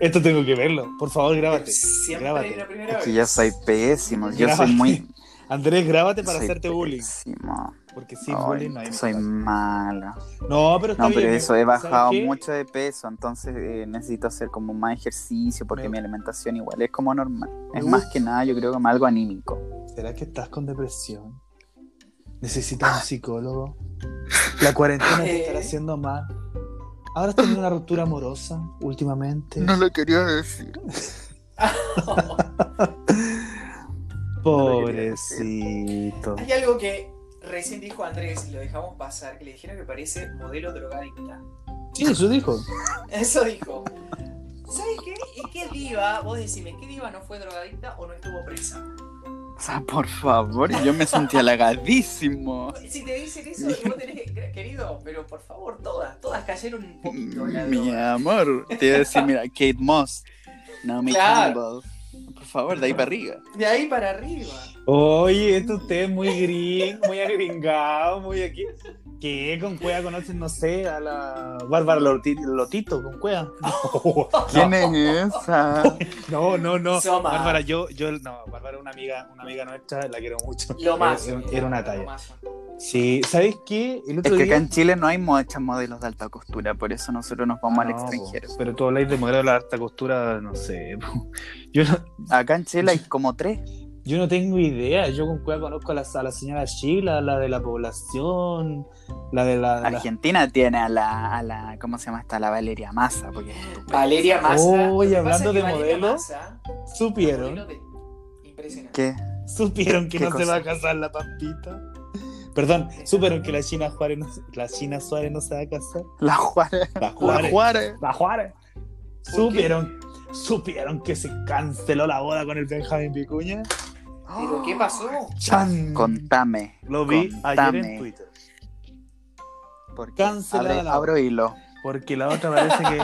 Esto tengo que verlo. Por favor,
Pero
grábate.
siempre
grábate.
hay una primera
Es que
vez.
yo soy pésimo, yo soy
Grábate.
muy...
Andrés, grábate para
soy
hacerte bullying.
pésimo.
Porque sin
Ay,
bullying no hay
soy
mejor.
mala.
No, pero está
No, pero
bien,
eso, he
¿sabes
bajado
qué?
mucho de peso, entonces eh, necesito hacer como más ejercicio porque
Me-
mi alimentación igual es como normal. Es
Me
más que nada, yo creo que como algo anímico.
¿Será que estás con depresión? ¿Necesitas un psicólogo? ¿La cuarentena te
(laughs) Eh.
estará haciendo mal? ¿Ahora has tenido una ruptura amorosa últimamente?
lo quería decir.
Pobrecito.
Hay algo que recién dijo Andrés y lo dejamos pasar, que le dijeron que parece modelo drogadicta. (laughs)
Sí, eso dijo.
Eso dijo. ¿Sabes qué? ¿Y qué diva? Vos decime, ¿qué diva no fue drogadicta o no estuvo presa?
O sea, por favor, yo me sentí halagadísimo.
Si te dicen eso, vos tenés, querido, pero por favor, todas, todas cayeron un poquito en la
Mi
droga.
amor, te iba a decir, mira, Kate Moss, Naomi
Claro.
Campbell. Por favor, de ahí para arriba.
De ahí para arriba.
Oye, esto usted es muy gris, muy agringado, muy aquí. ¿Qué? ¿Con cueva conocen, no sé, a la Bárbara Loti- Lotito con cueva? No,
¿Quién es esa?
no, no. no.
Soma.
Bárbara, yo, yo, no, Bárbara es una amiga, una amiga nuestra, la quiero mucho.
Lo más.
Era, era una
Lo
talla.
más.
Sí, ¿sabes qué? El
Es
otro
que acá
día...
en Chile no hay muchas modelos de alta costura, por eso nosotros nos vamos al
No,
extranjero.
po, Pero tú habláis de modelo de la alta costura, no sé. po. Yo no,
Acá
(laughs)
en Chile hay como tres.
yo no tengo idea. Yo con cueva conozco a la, a la señora Sheila, la de la población, la de la. la-
Argentina tiene a la, a la ¿cómo se llama esta? La Valeria Massa, porque
Valeria Massa.
Oh, y
Lo que
hablando
pasa es que
de
Valeria
modelo,
Massa, modelo
supieron,
de- Impresionante.
¿qué?
supieron que
¿Qué
no se
cosa?
va a casar la pampita. Perdón, supieron que la China Juárez no, se- la China Suárez no se va a casar.
La Juárez.
La
La
Juárez.
Juárez.
La Juárez.
qué?
Supieron, supieron que se canceló la boda con el Benjamín Vicuña.
Pero, ¿qué pasó?
Chan.
Contame.
Lo vi
contame.
ayer en Twitter.
Porque
Cancelada
abre-
la-
abro hilo.
Porque la otra parece que.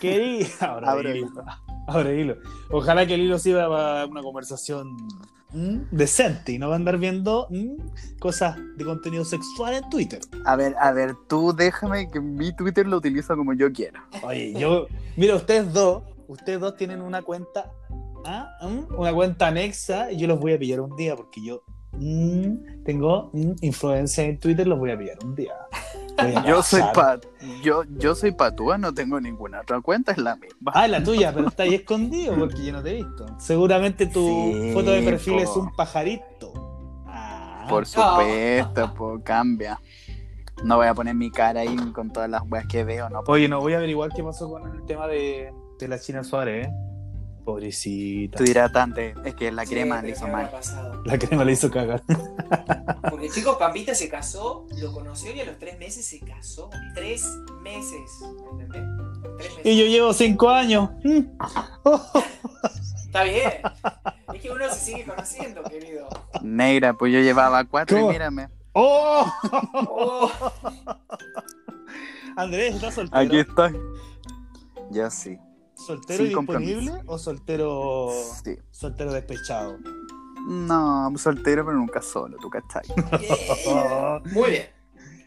Quería. Ahora
Abro
hilo. Abre hilo. Ojalá que el hilo sirva para una conversación ¿m? decente y no va a andar viendo ¿m? cosas de contenido sexual en Twitter.
A ver, a ver, tú déjame que mi Twitter lo utilizo como yo quiero.
Oye, yo. Mira, ustedes dos. Ustedes dos tienen una cuenta. ¿ah? ¿m? Una cuenta anexa. Y yo los voy a pillar un día porque yo. ¿m? tengo ¿m? influencia en Twitter, los voy a pillar un día. Voy a
Yo soy,
bajar.
pa- yo, yo soy patúa, no tengo ninguna otra cuenta, es la misma.
Ah, la tuya, (laughs) pero está ahí escondido porque yo no te he visto. Seguramente tu
Sí,
foto de perfil
po.
es un pajarito. Ah,
Por supuesto, po, cambia. No voy a poner mi cara ahí con todas las weas que veo, no. po.
Oye, no, voy a averiguar qué pasó con el tema de, de la China Suárez, ¿eh? Pobrecita.
Tu hidratante, es que la crema
Sí,
le hizo
pero ¿qué habrá
mal.
pasado?
La crema le hizo cagar.
Porque chicos, Pampita se casó, lo conoció y a los tres meses se casó. Tres meses. ¿Entendés? Tres meses.
Y yo llevo cinco años. Mm.
Está bien. Es que uno se sigue conociendo, querido.
Negra, pues yo llevaba cuatro
¿Cómo?
y mírame.
¡Oh!
(laughs)
Oh,
Andrés, ¿estás soltero?
Aquí estoy. Yo sí.
¿Soltero
sin
disponible
compromiso.
o soltero,
Sí.
soltero despechado?
No, soltero, pero nunca solo, tú cachai.
yeah. (laughs) Muy bien.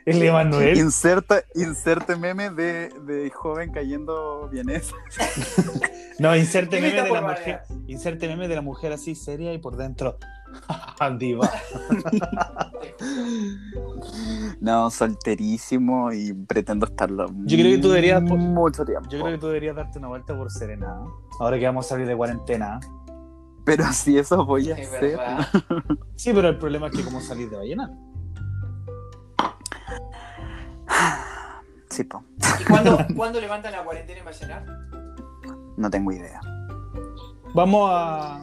El
(laughs)
Emanuel.
Inserta, inserte meme de, de joven cayendo vienesa.
No, inserte
¿Quién
meme
está
de
por
la mujer.
bardear?
Inserte meme de la mujer así seria y por dentro. (laughs) Ah, Diva.
No, solterísimo y pretendo estarlo.
Yo creo que tú deberías po-
Mucho tiempo.
Yo creo que tú deberías darte una vuelta por Serena. ¿eh? Ahora que vamos a salir de cuarentena.
Pero si eso voy a
Es
hacer.
verdad.
Sí, pero el problema es que cómo salir de Vallenar.
Sí, po,
¿Y cuándo, cuándo levantan la cuarentena en Vallenar?
no tengo idea.
Vamos a.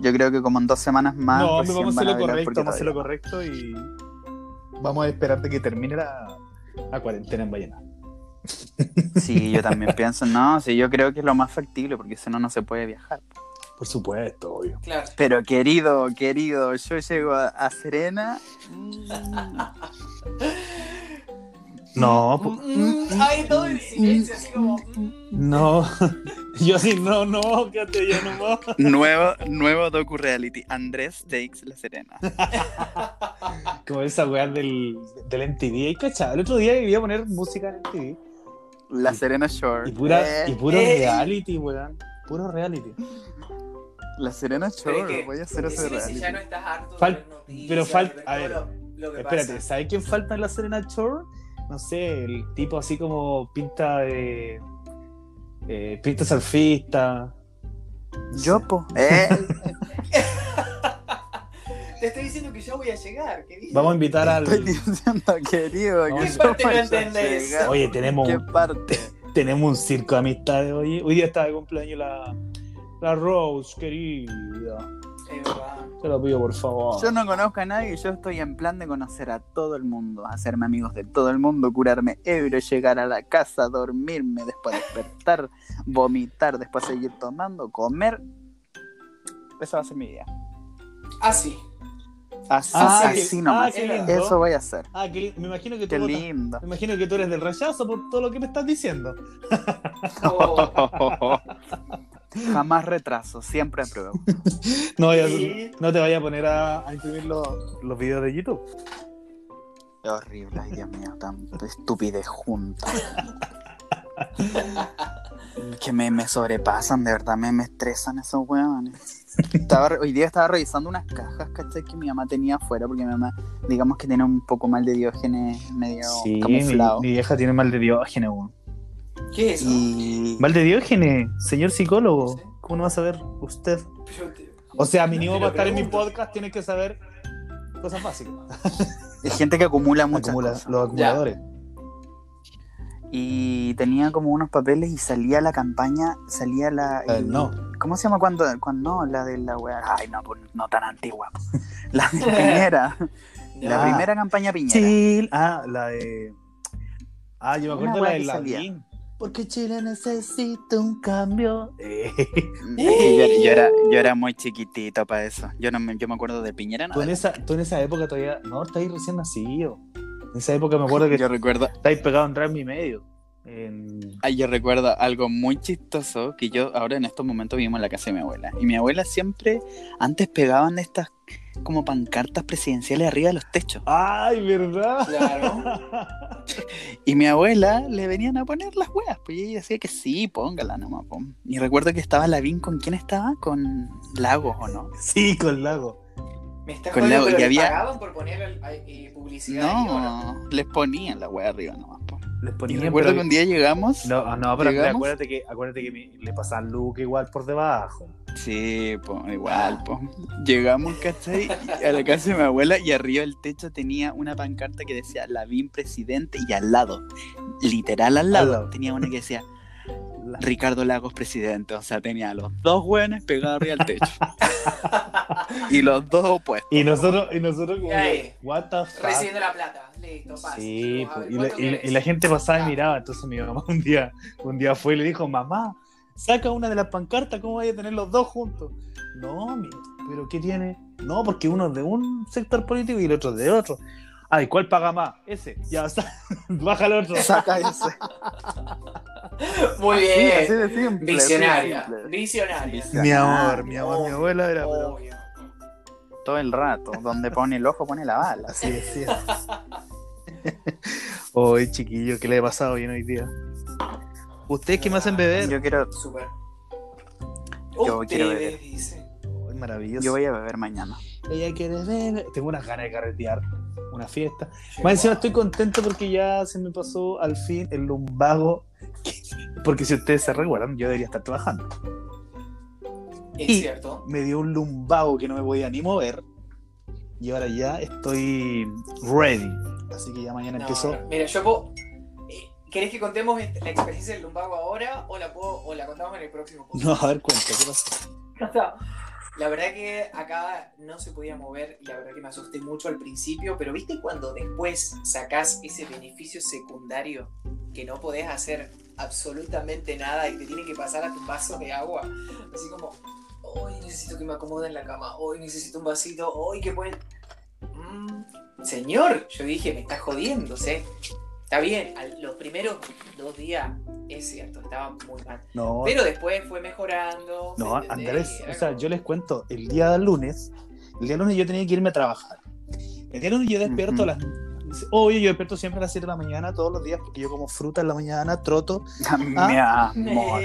Yo creo que como en dos semanas más.
no, hombre,
recién
vamos a
van
hacer lo
ver
correcto,
porque
vamos a hacer lo
todavía-
correcto y. Vamos a esperarte que termine la, la cuarentena en Vallenar.
Sí, yo también pienso. No, sí, yo creo que es lo más factible porque si no, no se puede viajar.
Por supuesto, obvio.
Claro.
Pero querido, querido, yo llego a, a Serena. mm,
No, po-
Mm,
ah.
Ay, todo en silencio, así como. mm.
no. (laughs) Yo sí, no, no, quédate ya nomás.
nuevo, nuevo docu reality. Andrés takes la Serena.
(laughs) Como esa weá del, del MTV. Y cachá, el otro día iba a poner música en MTV.
La Serena Shore.
Y, pura,
Eh,
y puro
eh.
reality, weón. Puro reality.
La Serena
Pero
Shore.
es que,
Voy a hacer ese
decime si
reality.
ya no estás harto
Fal-
de ver noticias,
pero fal-
de ver
a ver,
todo lo, lo que
Espérate,
pasa.
¿sabes quién falta en la Serena Shore? No sé, el tipo así como pinta de. eh, pinta surfista.
Yo, po. Eh,
Te estoy diciendo que yo voy a llegar, querido.
Vamos a invitar al. (laughs)
estoy diciendo, querido. que
¿Qué
yo
parte no
voy a
entendés?
llegar.
Oye, tenemos,
¿Qué
un-
parte?
tenemos un circo de amistades hoy. Hoy día está de cumpleaños la, la Rose, querida.
Es verdad.
Te lo pido, por favor.
Yo no conozco a nadie, yo estoy en plan de conocer a todo el mundo, hacerme amigos de todo el mundo, curarme ebrio, llegar a la casa, dormirme, después despertar, vomitar, después seguir tomando, comer. Esa va a ser mi idea.
Ah, sí.
Así,
Ah,
así
qué-
nomás.
ah, qué lindo.
Eso voy a hacer.
Ah, qué lindo. Me imagino que tú
Qué
votas-
lindo.
Me imagino que tú eres del rechazo por todo lo que me estás diciendo.
Oh,
Jamás retraso, siempre apruebo.
No, ya-
Sí.
no te vayas a poner a, a imprimir los, los videos de YouTube.
Es horrible, ay Dios mío, tan estupidez junta. que me, me sobrepasan, de verdad me, me estresan esos huevones. Estaba, re- hoy día estaba revisando unas cajas, ¿cachai? Que mi mamá tenía afuera, porque mi mamá, digamos que tiene un poco mal de diógenes medio camuflado.
vieja tiene mal de diógenes, weón.
¿Qué es eso?
Y
Mal de diógenes, señor psicólogo.
Sí.
¿Cómo no va a saber usted?
Pero te-
O sea, mínimo
Te lo
para estar en mi
pregunto.
podcast tienes que saber cosas básicas.
hay gente que acumula muchas
Acumula-
cosas.
los acumuladores.
Y tenía como unos papeles y salía la campaña, salía la...
Eh,
el-
no.
¿Cómo se llama cuando, cuando no? La de la weá. Ay, no, pues, no
(laughs)
tan antigua. po. La de Piñera. La
Ah.
primera campaña Piñera.
Chill. Ah, la de. Ah, yo me
Una
acuerdo
weá
la de
que
la
salía.
Porque Chile necesita un cambio. Eh, (laughs)
Sí, Yo, yo era, yo era muy chiquitito para eso. Yo no me, yo me acuerdo de Piñera. No,
tú, en esa, tú en esa época todavía. No, estáis recién nacido. En esa época me acuerdo que
yo recuerdo,
estáis pegados en Drive Me Medio. En-
ay, yo recuerdo algo muy chistoso que yo ahora en estos momentos vivimos en la casa de mi abuela. Y mi abuela siempre, antes pegaban estas como pancartas presidenciales arriba de los techos.
¡Ay, verdad!
Claro.
Y mi abuela le venían a poner las huevas. Pues y ella decía que sí, póngala nomás. po. Y recuerdo que estaba Lavín con quién estaba, con Lagos o no.
Sí, con Lago.
Me está
Con
jodiendo,
la-
pero
y
¿les
había-
pagaban por poner el- ay, eh, publicidad ahí o no?
No, les ponían la weá arriba nomás. po.
Les
Y
ponían,
recuerdo
pero-
que un día llegamos.
No, ah, no, pero
¿Llegamos?
acuérdate que, acuérdate que me- le pasan Luke igual por debajo.
Sí, po, igual, po. Llegamos, ¿cachai? Y A la casa de mi abuela y arriba del techo tenía una pancarta que decía Lavín presidente y al lado, literal al lado,
lado.
tenía una que decía Ricardo Lagos presidente. O sea, tenía a los dos hueones pegados arriba del techo. y los dos opuestos.
Y nosotros, y nosotros como,
Ay.
what the fuck.
Recibiendo la plata. Listo, pasa.
Sí,
Vamos a
pues,
ver,
y, la,
¿cuánto
y la-
querés?
y la gente pasaba y
Ah.
miraba. Entonces mi mamá un día, un día fue y le dijo, mamá, saca una de las pancartas, ¿cómo vaya a tener los dos juntos? No, mi- pero ¿qué tiene? No, porque uno es de un sector político y el otro es de otro. Ay, ¿cuál paga más? Ese. Ya, (laughs) sa- baja el otro.
Saca ese.
Muy
Sí,
bien.
así de simple.
Visionaria.
así de simple.
Visionaria.
Visionaria.
mi amor, mi amor, mi
Obvio,
abuela era... pero-
Obvio.
Todo el rato. Donde pone el ojo, pone la bala.
Sí, sí. (laughs) Hoy, chiquillo, ¿qué le ha pasado bien hoy día? ¿Ustedes qué me hacen beber?
Yo quiero.
Súper.
Yo quiero
Ustedes
beber.
dice.
Ay, maravilloso.
Yo voy a beber mañana.
Ella quiere beber. Tengo unas ganas de carretear. Una fiesta. Más encima estoy contento porque ya se me pasó al fin el lumbago. Porque si ustedes se recuerdan, yo debería estar trabajando.
Es
Y-
cierto.
Me dio un lumbago que no me podía ni mover. Y ahora ya estoy ready. Así que ya mañana
No,
empiezo.
no, Mira, yo puedo. eh, ¿Querés que contemos este- la experiencia del lumbago ahora o la, puedo, o la contamos en el próximo podcast?
(laughs) No, a ver, cuenta, ¿qué pasó?
La verdad que acá no se podía mover y la verdad que me asusté mucho al principio, pero viste cuando después sacás ese beneficio secundario que no podés hacer absolutamente nada y te tiene que pasar a tu vaso de agua. Así como, hoy necesito que me acomoden la cama, hoy necesito un vasito, hoy que pueden... Mm, señor, yo dije, me está jodiendo, ¿sí? Está bien, al- los primeros dos días, es cierto, estaba muy mal.
No,
Pero después fue mejorando.
No,
¿me entendés?
Andrés,
Y era
o sea,
(laughs) como-
yo les cuento, el día lunes, el día lunes yo tenía que irme a trabajar. El día lunes yo despierto a las... Obvio, yo despierto siempre a las 7 de la mañana todos los días porque yo como fruta en la mañana, troto.
(laughs) Mi
Ah.
(laughs)
amor.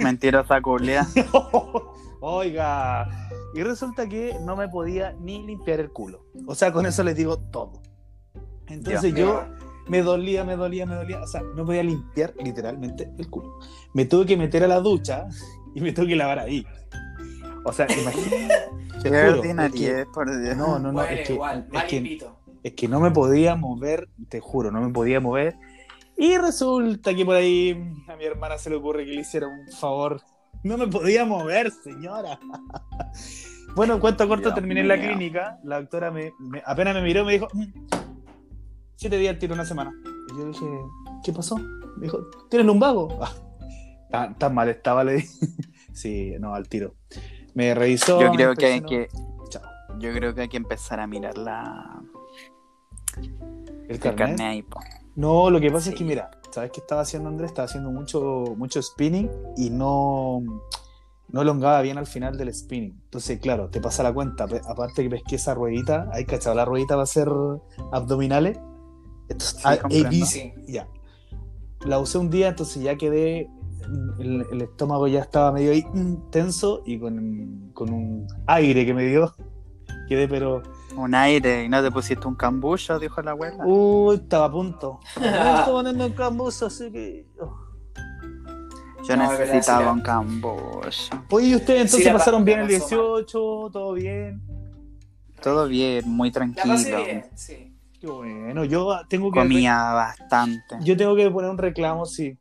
Mentirosa culea.
(laughs) Oiga, y resulta que no me podía ni limpiar el culo. O sea, con eso les digo todo. Entonces yo me dolía, me dolía, me dolía. O sea, no podía limpiar literalmente el culo. Me tuve que meter a la ducha y me tuve que lavar ahí. O sea, imagínate. te
Qué
juro,
ordinariez, por Dios.
No, no, no,
Bueno,
es que,
igual,
es,
mal
que,
invito.
es que no me podía mover, te juro, no me podía mover. Y resulta que por ahí a mi hermana se le ocurre que le hiciera un favor. No me podía mover, señora. (laughs) Bueno, en cuanto corto,
Dios
terminé en la
mío.
clínica. La doctora me, me- apenas me miró y me dijo, "Mm, siete días tiro una semana. Y yo le dije, ¿qué pasó? Me dijo, ¿tienes lumbago? (laughs) Ah, tan, tan mal estaba, le dije. (laughs) Sí, no, al tiro. Me revisó.
Yo
me
creo que hay
inspeccionó.
que.
Chao.
Yo creo que hay que empezar a mirar la
El
el
carnet.
carnet ahí, po.
No, lo que pasa es
Sí.
que, mira, ¿sabes qué estaba haciendo Andrés? Estaba haciendo mucho, mucho spinning y no, no elongaba bien al final del spinning. Entonces, claro, te pasa la cuenta. Pe- Aparte que pesqué esa ruedita, hay cachado la ruedita para hacer abdominales. Entonces,
Sí,
ah, he
comprendo.
visto-
Sí.
ya. La usé un día, entonces ya quedé. El, el estómago ya estaba medio ahí, mm, tenso y con, con un aire que me dio, quedé, pero.
Un aire y no te pusiste un cambullo, dijo la abuela.
Uh,
Uy, uh, estaba a
(laughs)
punto. No, estaba poniendo en cambuso, así que. oh.
Yo
No, es verdad, sí,
necesitaba
la-
un cambullo.
Oye, ¿y ustedes entonces
Sí, la pa-
pasaron bien
la
el
pasó mal.
18? ¿Todo bien?
Todo bien, muy
La pasé
tranquilo.
bien, sí.
Qué bueno, yo tengo que...
Comía bastante.
Yo tengo que poner un reclamo, sí.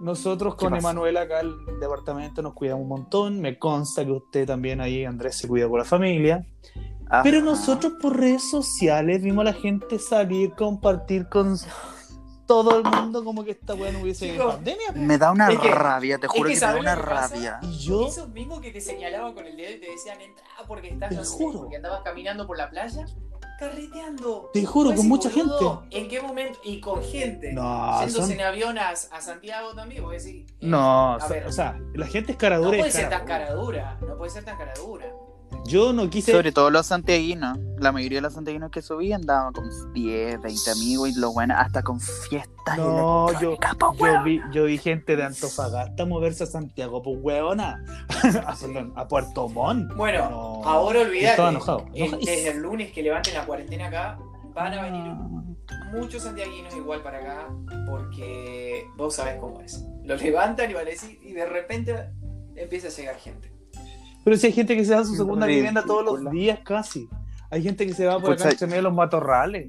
Nosotros
¿Qué
con
pasó?
Emanuel acá en el departamento nos cuidamos un montón. Me consta que usted también ahí, Andrés, se cuida por la familia.
Ajá.
Pero nosotros por redes sociales vimos a la gente salir, compartir con todo el mundo como que esta weá no hubiese
Chicos,
pandemia.
Me da una
Es que-
rabia, te juro que,
que
me da
¿sabes
una
lo que pasa?
rabia.
Y yo,
Esos mismos que te señalaban con el dedo y te decían entra porque estás,
Te
no sé,
juro.
porque andabas caminando por la playa, carreteando.
te juro,
Pues
con
sí,
mucha
boludo,
gente.
¿En qué momento? Y con gente.
No,
Yéndose
son-
en avión a, a Santiago también, vos decís. eh,
No,
A
o
ver.
sea, la gente es cara
No
dura y
puede ser
cara
tan
dura.
cara dura, no puede ser tan cara dura.
Yo no quise.
Sobre todo los santiaguinos. La mayoría de los santiaguinos que subí andaban con 10, 20 amigos y lo bueno, hasta con fiestas.
No, yo,
electrónicas, po,
yo
weón.
vi, yo vi gente de Antofagasta moverse a Santiago, pues hueona. (laughs) a, perdón, a Puerto Montt.
Bueno,
No.
ahora
Estaba
olvidate.
enojado.
El-
enojadísimo.
desde el lunes que levanten la cuarentena acá, van a venir muchos santiaguinos igual para acá, porque vos sabés cómo es. Lo levantan y van a decir, y de repente empieza a llegar gente.
Pero si hay gente que se da a su segunda
Ridícula.
vivienda todos los días casi. Hay gente que se va por
Pucha.
acá entre medio de los matorrales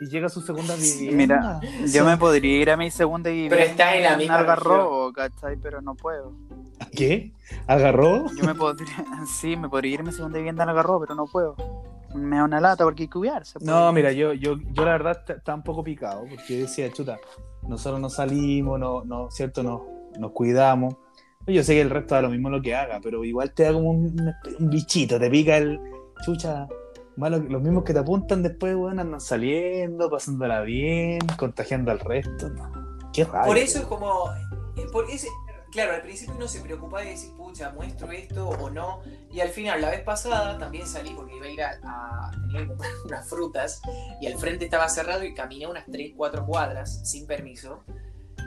y llega a su segunda vivienda.
mira, Yo
O
me podría ir a mi segunda vivienda.
estás en la misma
Algarrobo, ¿cachai? Pero no puedo.
sea, ¿Qué? ¿Agarró?
Yo me podría. (laughs) Sí, me podría ir a mi segunda vivienda en Algarrobo, pero no puedo. Me da una lata porque hay que cuidarse. pues.
No, mira, yo, yo, yo la verdad t- estaba un poco picado porque yo decía, chuta, nosotros no salimos, no, no, cierto, no, nos cuidamos. Pues Yo sé que el resto da lo mismo lo que haga, pero igual te da como un, un bichito, te pica el chucha. Malo, los mismos que te apuntan después, bueno, andan saliendo, pasándola bien, contagiando al resto. no. Qué raro.
Por eso es como. eh, Por ese, claro, al principio uno se preocupa de decir, pucha, muestro esto o no. Y al final, la vez pasada también salí porque iba a ir a, a- tenía que comprar (laughs) unas frutas y al frente estaba cerrado y caminé unas 3, 4 cuadras sin permiso.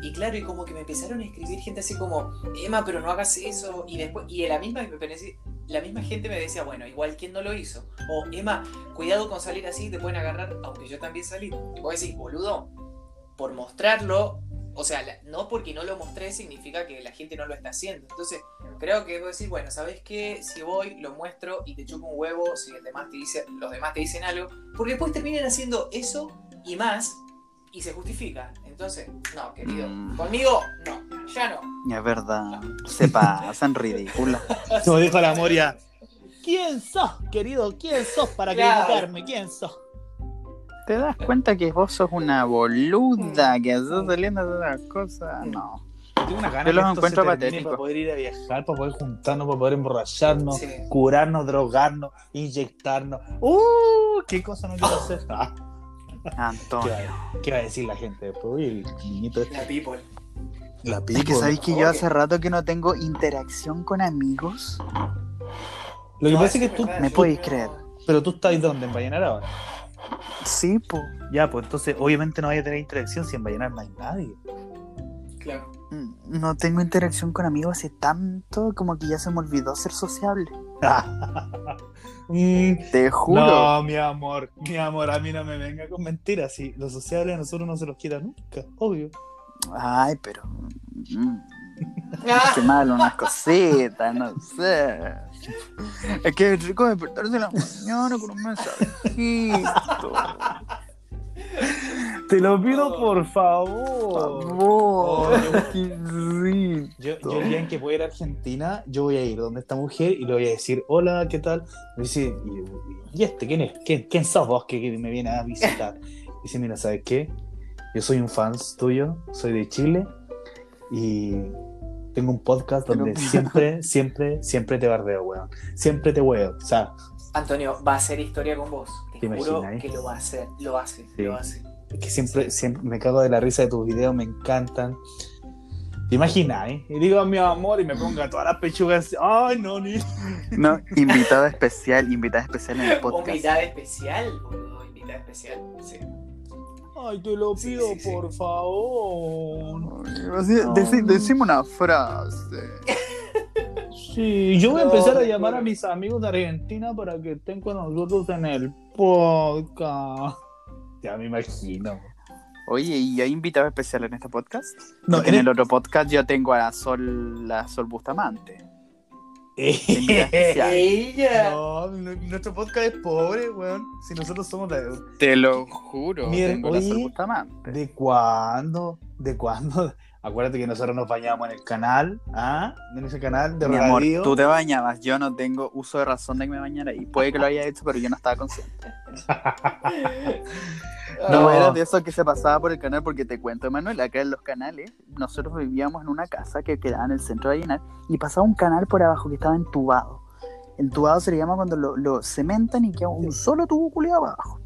Y claro, y como que me empezaron a escribir gente así como, Emma, pero no hagas eso. Y después, y la misma, me parece- la misma gente me decía, bueno, igual quién no lo hizo. O, Emma, cuidado con salir así, te pueden agarrar, aunque yo también salí. Y vos decís, boludo, por mostrarlo, o sea, la- no porque no lo mostré significa que la gente no lo está haciendo. Entonces, creo que vos decís, bueno, ¿sabes qué? Si voy, lo muestro y te chupo un huevo, si el demás te dice, los demás te dicen algo, porque después terminan haciendo eso y más y se justifica. Entonces, no, querido,
Mm.
conmigo, no, ya no.
Es verdad. Se pasan ridículas.
Como dijo la Moria. ¿Quién sos, querido? ¿Quién sos para
Claro.
criticarme? ¿Quién sos?
¿Te das cuenta que vos sos una
Mm.
boluda que estás saliendo de esas cosas? No.
Tengo una
Yo los
que esto
encuentro
se termine
patéticos.
Para poder ir a viajar, para poder juntarnos, para poder emborracharnos,
Sí.
curarnos, drogarnos, inyectarnos. ¡Uh! ¿Qué cosa no quiero hacer? Ah, ¿qué,
Antonio.
va, qué va a decir la gente después? Uy, el niñito este,
La people.
La
Es que
pico.
sabéis que yo
Ok.
hace rato que no tengo interacción con amigos.
Lo que
No,
pasa
eso
es que tú,
verdad,
me
yo
podéis
no-
creer.
pero tú estás dónde, en Vallenar ahora.
Sí, po.
Ya, pues entonces obviamente no vaya a tener interacción si en Vallenar no hay nadie.
Claro.
Mm, No tengo interacción con amigos hace tanto como que ya se me olvidó ser sociable.
Mm,
Te juro.
No, mi amor, mi amor, a mí no me venga con mentiras. Si los sociables a nosotros no se los quita nunca, obvio.
Ay, pero. mm,
Ah,
Qué mal, unas cositas, no sé. Es que es rico despertarse en la mañana con un mensajito.
(laughs) Te lo pido,
Oh.
por
Por
favor.
favor.
Oh,
Sí.
Yo, yo el día en que voy a ir a Argentina, yo voy a ir donde esta mujer y le voy a decir, hola, ¿qué tal? Me dice, ¿y, y este quién es? ¿Quién, quién sos vos que, que me viene a (laughs) visitar? Dice, mira, ¿sabes qué? Yo soy un fan tuyo, soy de Chile y tengo un podcast donde
Pero-
siempre, siempre, siempre te bardeo, weón. Siempre te weo. O sea,
Antonio, va a hacer historia con vos. Te,
¿Te
juro
imaginas, eh?
que lo va a hacer. Lo hace,
Sí.
lo hace.
Es que siempre, siempre me cago de la risa de tus videos, me encantan. Te imaginas, ¿eh? Y digo, mi amor, y me ponga todas las pechugas. Ay, no, ni.
No, invitado especial, invitada especial en el
O
podcast.
invitada especial, boludo. Invitada especial. Sí.
Ay, te lo
Sí,
pido,
sí, sí.
por favor.
Así,
No.
deci- decime una frase.
Sí, yo voy a
No,
empezar a
te
llamar a
juro.
mis amigos de Argentina para que estén con nosotros en el podcast. Ya me imagino.
Oye, ¿y hay invitado especial en este podcast?
No,
Porque
(laughs)
en el otro podcast yo tengo a la Sol, la Sol Bustamante. invitada especial.
Ella.
No, nuestro podcast es pobre, weón. Si nosotros somos de,
Te lo juro,
Mira,
tengo a la Sol
oye,
Bustamante.
¿De cuándo? ¿De cuándo? (laughs) Acuérdate que nosotros nos bañamos en el canal, ¿ah? En ese canal de
Mi amor,
regadío.
tú te bañabas, yo no tengo uso de razón de que me bañara y puede que lo haya hecho, pero yo no estaba consciente. No,
No.
era de eso que se pasaba por el canal, porque te cuento, Manuel, acá en los canales, nosotros vivíamos en una casa que quedaba en el centro de Vallenar y pasaba un canal por abajo que estaba entubado. Entubado se le llama cuando lo, lo cementan y queda un solo tubo culiado abajo.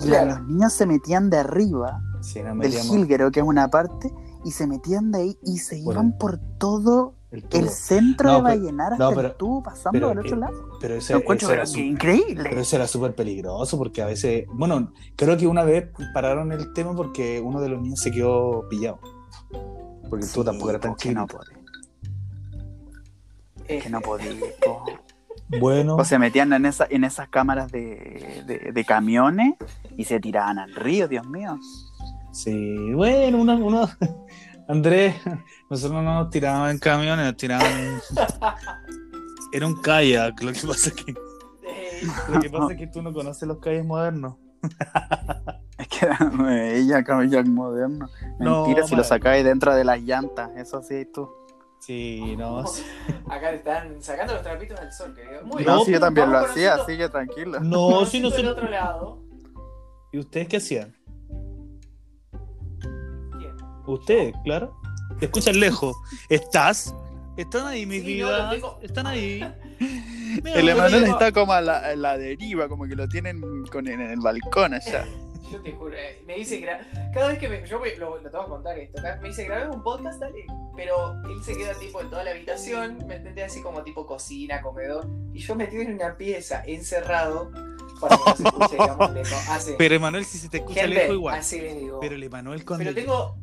Y la-
Claro.
los niños se metían de arriba
Sí, nos
del
metíamos.
Gilguero, que es una parte, y se metían de ahí y se
Por
iban por todo
El tubo.
El centro
No,
de
pero-
Vallenar hasta
no,
el
pero-
tubo pasando
pero
al
que-
otro lado.
Pero ese,
Lo encuentro
ese era
pero que
su-
increíble.
Pero eso era súper peligroso porque a veces, bueno, creo que una vez pararon el tema porque uno de los niños se quedó pillado. Porque tú
Sí,
tampoco eras tan
porque
chiquito.
no Que no podía. po.
Bueno,
O se metían en, esa, en esas cámaras de, de- de camiones y se tiraban al río, Dios mío. (laughs)
sí, bueno, uno, uno- (laughs) Andrés, nosotros no nos tiraban en camiones, nos
(laughs)
tiraban... Era un kayak, lo que pasa es que,
Eh,
lo que, pasa es que tú no conoces los calles modernos.
Es que era ella, caballo moderno.
No,
Mentira, si lo
mal.
sacáis dentro de las llantas, eso sí, tú.
Sí,
(laughs)
no, sí.
Acá le están sacando los trapitos al sol, querido. Muy
No,
bien.
si yo también lo
Vamos
hacía,
conociendo-
así que
no,
tranquilo.
sí, no
conociendo
sé.
el otro lado.
¿Y ustedes qué hacían?
Bien.
Ustedes, claro. Te escuchan lejos. ¿Estás? ¿Están ahí, mis
Sí, no, los
vidas?
tengo.
¿Están
(laughs)
ahí? Mira,
El
no
Emanuel
tengo-
está como a la, a la deriva, como que lo tienen con, en el balcón allá.
Yo te juro, eh, me dice gra- cada vez que me, yo me- lo, lo tengo que contar esto, cada- me dice grabemos un podcast, dale, pero él se queda tipo en toda la habitación, me entendés así como tipo cocina, comedor, y yo metido en una pieza, encerrado, para que no se escuche, digamos, lejos. Así,
Pero Emanuel, si se te escucha
gente,
lejos, igual.
así le digo.
Pero
Pero,
el Emanuel cuando.
tengo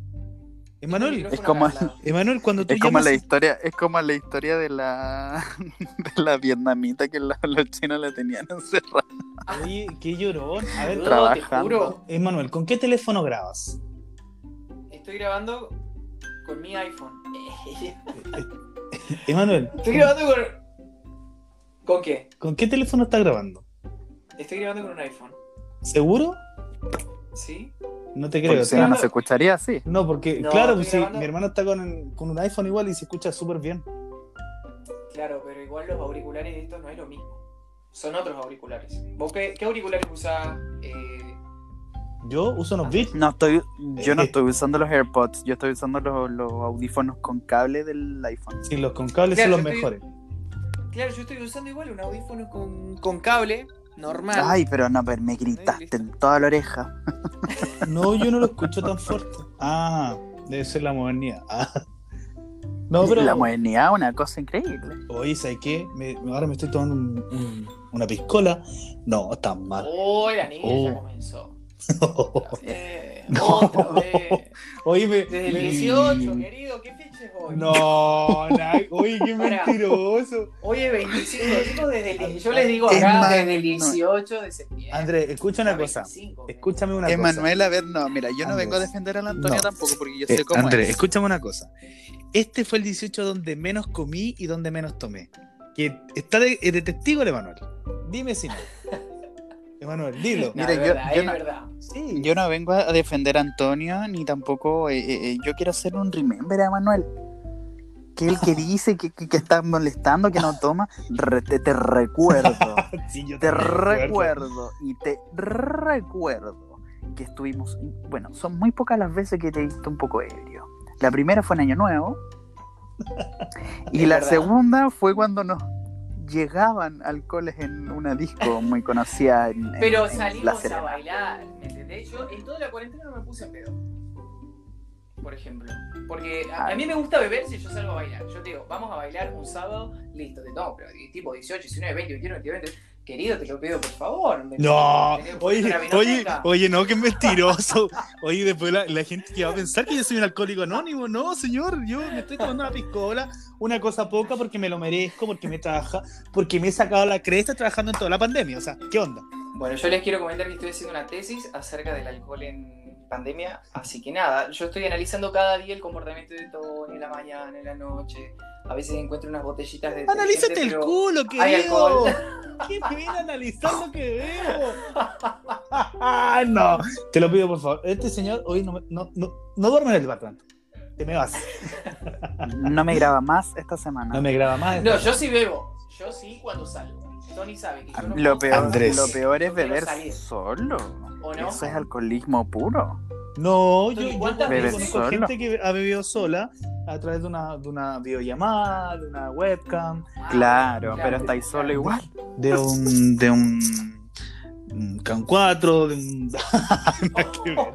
Emanuel,
micrófono
es como-
acá
(laughs)
al lado.
Emanuel, cuando tú
Es como
llamas-
la historia, es como la historia de la (laughs) de la vietnamita que la- los chinos la tenían encerrada.
Oye, qué llorón. A
Boludo,
ver,
Tra-
Te
trabajando.
juro,
Emanuel, ¿con qué teléfono grabas?
estoy grabando con
(laughs)
mi iPhone.
Emanuel,
estoy grabando con... ¿Con qué?
¿con qué teléfono estás grabando?
Estoy grabando con un iPhone,
¿Seguro?
¿sí?
No te creo.
Porque
o
si
sea,
no, no
grabando-
se escucharía así.
No, porque,
No,
claro,
estoy
pues sí,
grabando-
mi hermano está con, con un iPhone igual y se escucha súper bien.
Claro, pero igual los auriculares de estos no es lo mismo. Son otros auriculares. ¿Vos qué, qué auriculares usás? Eh,
Yo uso
Ah,
unos Beats.
No estoy, yo
Eh,
no estoy usando los AirPods, yo estoy usando los, los audífonos con cable del iPhone.
Sí, los con cables
Claro,
son
yo
los
estoy-
mejores.
claro, yo estoy usando igual un audífono con, con cable normal.
Ay, pero no, pero me gritaste en toda la oreja.
No, yo no lo escucho tan fuerte. Ah, debe ser la modernidad. Ah. No, pero.
La modernidad, una cosa increíble.
Oye, ¿sabes qué? Me- ahora me estoy tomando un- un- una piscola. No, tan mal.
Oh, la niña ya
Oh.
comenzó.
Oh. (laughs)
Eh, otra vez.
(laughs) Oye, me.
Desde el
me-
18, querido, ¿qué fecha es hoy?
No, na- oye, (laughs) qué
Pará.
(laughs) mentiroso.
Hoy es 25,
(laughs)
chicos, desde el- yo les digo
Es
acá,
más,
desde
no.
el 18 de septiembre.
Andrés, escucha una
Ya
cosa.
25, creo.
Escúchame una cosa.
Emanuel, a ver, no, mira, yo no
Andrés.
vengo a defender al Antonio
No.
tampoco porque yo
Eh,
sé cómo
Andrés,
es.
escúchame una cosa. Este fue el 18 donde menos comí y donde menos tomé. Que está de, eh, de testigo el Emanuel. Dime si no. (laughs) Emanuel, dilo.
No,
Mira,
es
yo-
verdad,
yo
es
no-
verdad.
Sí.
Yo no vengo a defender a Antonio, ni tampoco. eh, eh, eh, yo quiero hacer un remember a Manuel. Que (laughs) el que dice que, que, que está molestando, que no toma, re- te, te recuerdo.
Sí, yo
Te
también
recuerdo y te recuerdo que estuvimos. Bueno, son muy pocas las veces que te he visto un poco ebrio. La primera fue en
(laughs)
Año Nuevo. Y
Es
la
verdad.
segunda fue cuando nos llegaban alcoholes en una disco muy conocida en, en-
Pero
en La
salimos a
Serena.
bailar, ¿me entendés? Yo en toda la cuarentena no me puse en pedo. Por ejemplo. Porque a, a mí me gusta beber si yo salgo a bailar. Yo te digo, vamos a bailar un sábado, listo, te tomo. Pero di- tipo 18, 19, 20, 21, 22, 23. Querido, te lo pido, por favor. ¿me
No,
entendés? Tenés
oye,
una vinoteca.
oye, oye, no, qué mentiroso. Oye, después la, la gente que va a pensar que yo soy un alcohólico anónimo. No, señor, yo me estoy tomando una piscola, una cosa poca porque me lo merezco, porque me trabaja, porque me he sacado la cresta trabajando en toda la pandemia. O sea, ¿qué onda?
Bueno, yo les quiero comentar que estoy haciendo una tesis acerca del alcohol en pandemia, así que nada, yo estoy analizando cada día el comportamiento de todo en la mañana, en la noche, a veces encuentro unas botellitas de...
Analízate el
pero-
culo,
hay
querido.
alcohol.
¿Qué te viene a analizar lo que veo? Ah, no, te lo pido por favor. Este señor hoy no, me- no, no, no duerme en el bar tanto. Te me vas.
No me graba más esta semana.
No me graba más.
No, yo sí bebo. Yo sí cuando salgo. Tony sabe que yo no
Lo
puedo
peor,
salir.
Andrés.
lo peor es
No quiero
beber
salir.
solo.
¿O no?
Eso es alcoholismo puro.
No, yo,
Entonces,
yo
¿cuántas
conozco-
veces?
conozco
Beber
gente que ha bebido sola a través de una, de una videollamada, de una webcam,
Ah,
Claro,
claro,
pero estáis solo
claro. (laughs)
igual.
de un. de un. (laughs) un Can 4, de un. Nada que ver.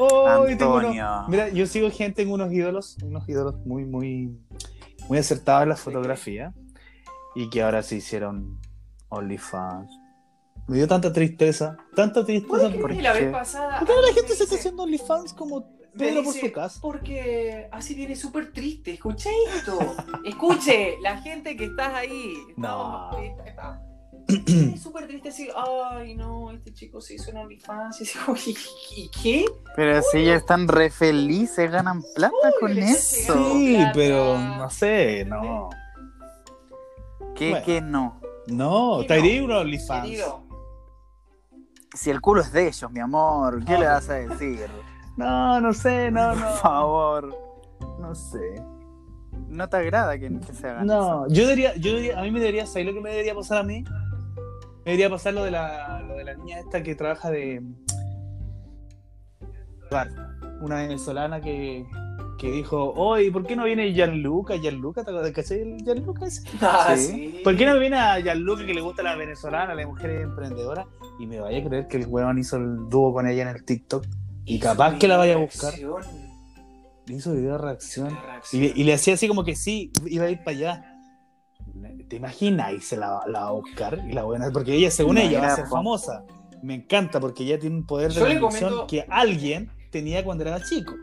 ¡Oh! y tengo unos-
Antonio.
Mira, yo sigo gente en unos ídolos, unos ídolos muy, muy, muy acertados en la fotografía y que ahora se hicieron OnlyFans. Me dio tanta tristeza, tanta tristeza.
¿Por
la
qué?
vez pasada.
¿Por qué ahora la
alguien
gente
me
se está
dice-
haciendo OnlyFans como
me
Pedro por
dice,
su casa?
Porque así viene súper triste. Escuché esto. Escuche, la gente que estás ahí.
No.
Estamos
(clears throat)
tristes, estamos- Viene súper triste así. Ay, no, este chico se hizo una OnlyFans. Y así como, ¿Y, y qué?
Pero si ya están re felices, ganan plata con
les hace
eso.
ganar.
Sí,
Plata.
pero no sé, no.
¿Qué,
Bueno.
qué no?
No,
Sí,
te
no.
haría un OnlyFans.
Querido.
Si el culo es de ellos, mi amor, ¿qué
No.
le vas a decir?
No, no sé, no,
Por
no.
favor,
No sé.
no te agrada que, que se hagan eso.
No, yo diría, yo diría, a mí me debería, ¿sabes lo que me debería pasar a mí? Me debería pasar lo de la, lo de la niña esta que trabaja de. Bar, Una venezolana que, que dijo, oye, ¿por qué no viene Gianluca? Gianluca, ¿te acuerdas? ¿Cachai el Gianluca ese?
Ah,
Sí.
sí.
¿Por qué no viene a Gianluca que le gusta la venezolana, la mujer emprendedora? Y me vaya a creer que el weón hizo el dúo con ella en el TikTok. Y capaz que la vaya a buscar.
Reacción.
Le hizo video de reacción. Y
Reacción.
le, y le hacía así como que sí, iba a ir para allá. ¿Te imaginas? Y se la, la va a buscar y la buena. Porque ella, según
No,
ella, va a
era
ser
po-
famosa. Me encanta porque ella tiene un poder de
Yo le
convicción
comento-
que alguien tenía cuando era chico.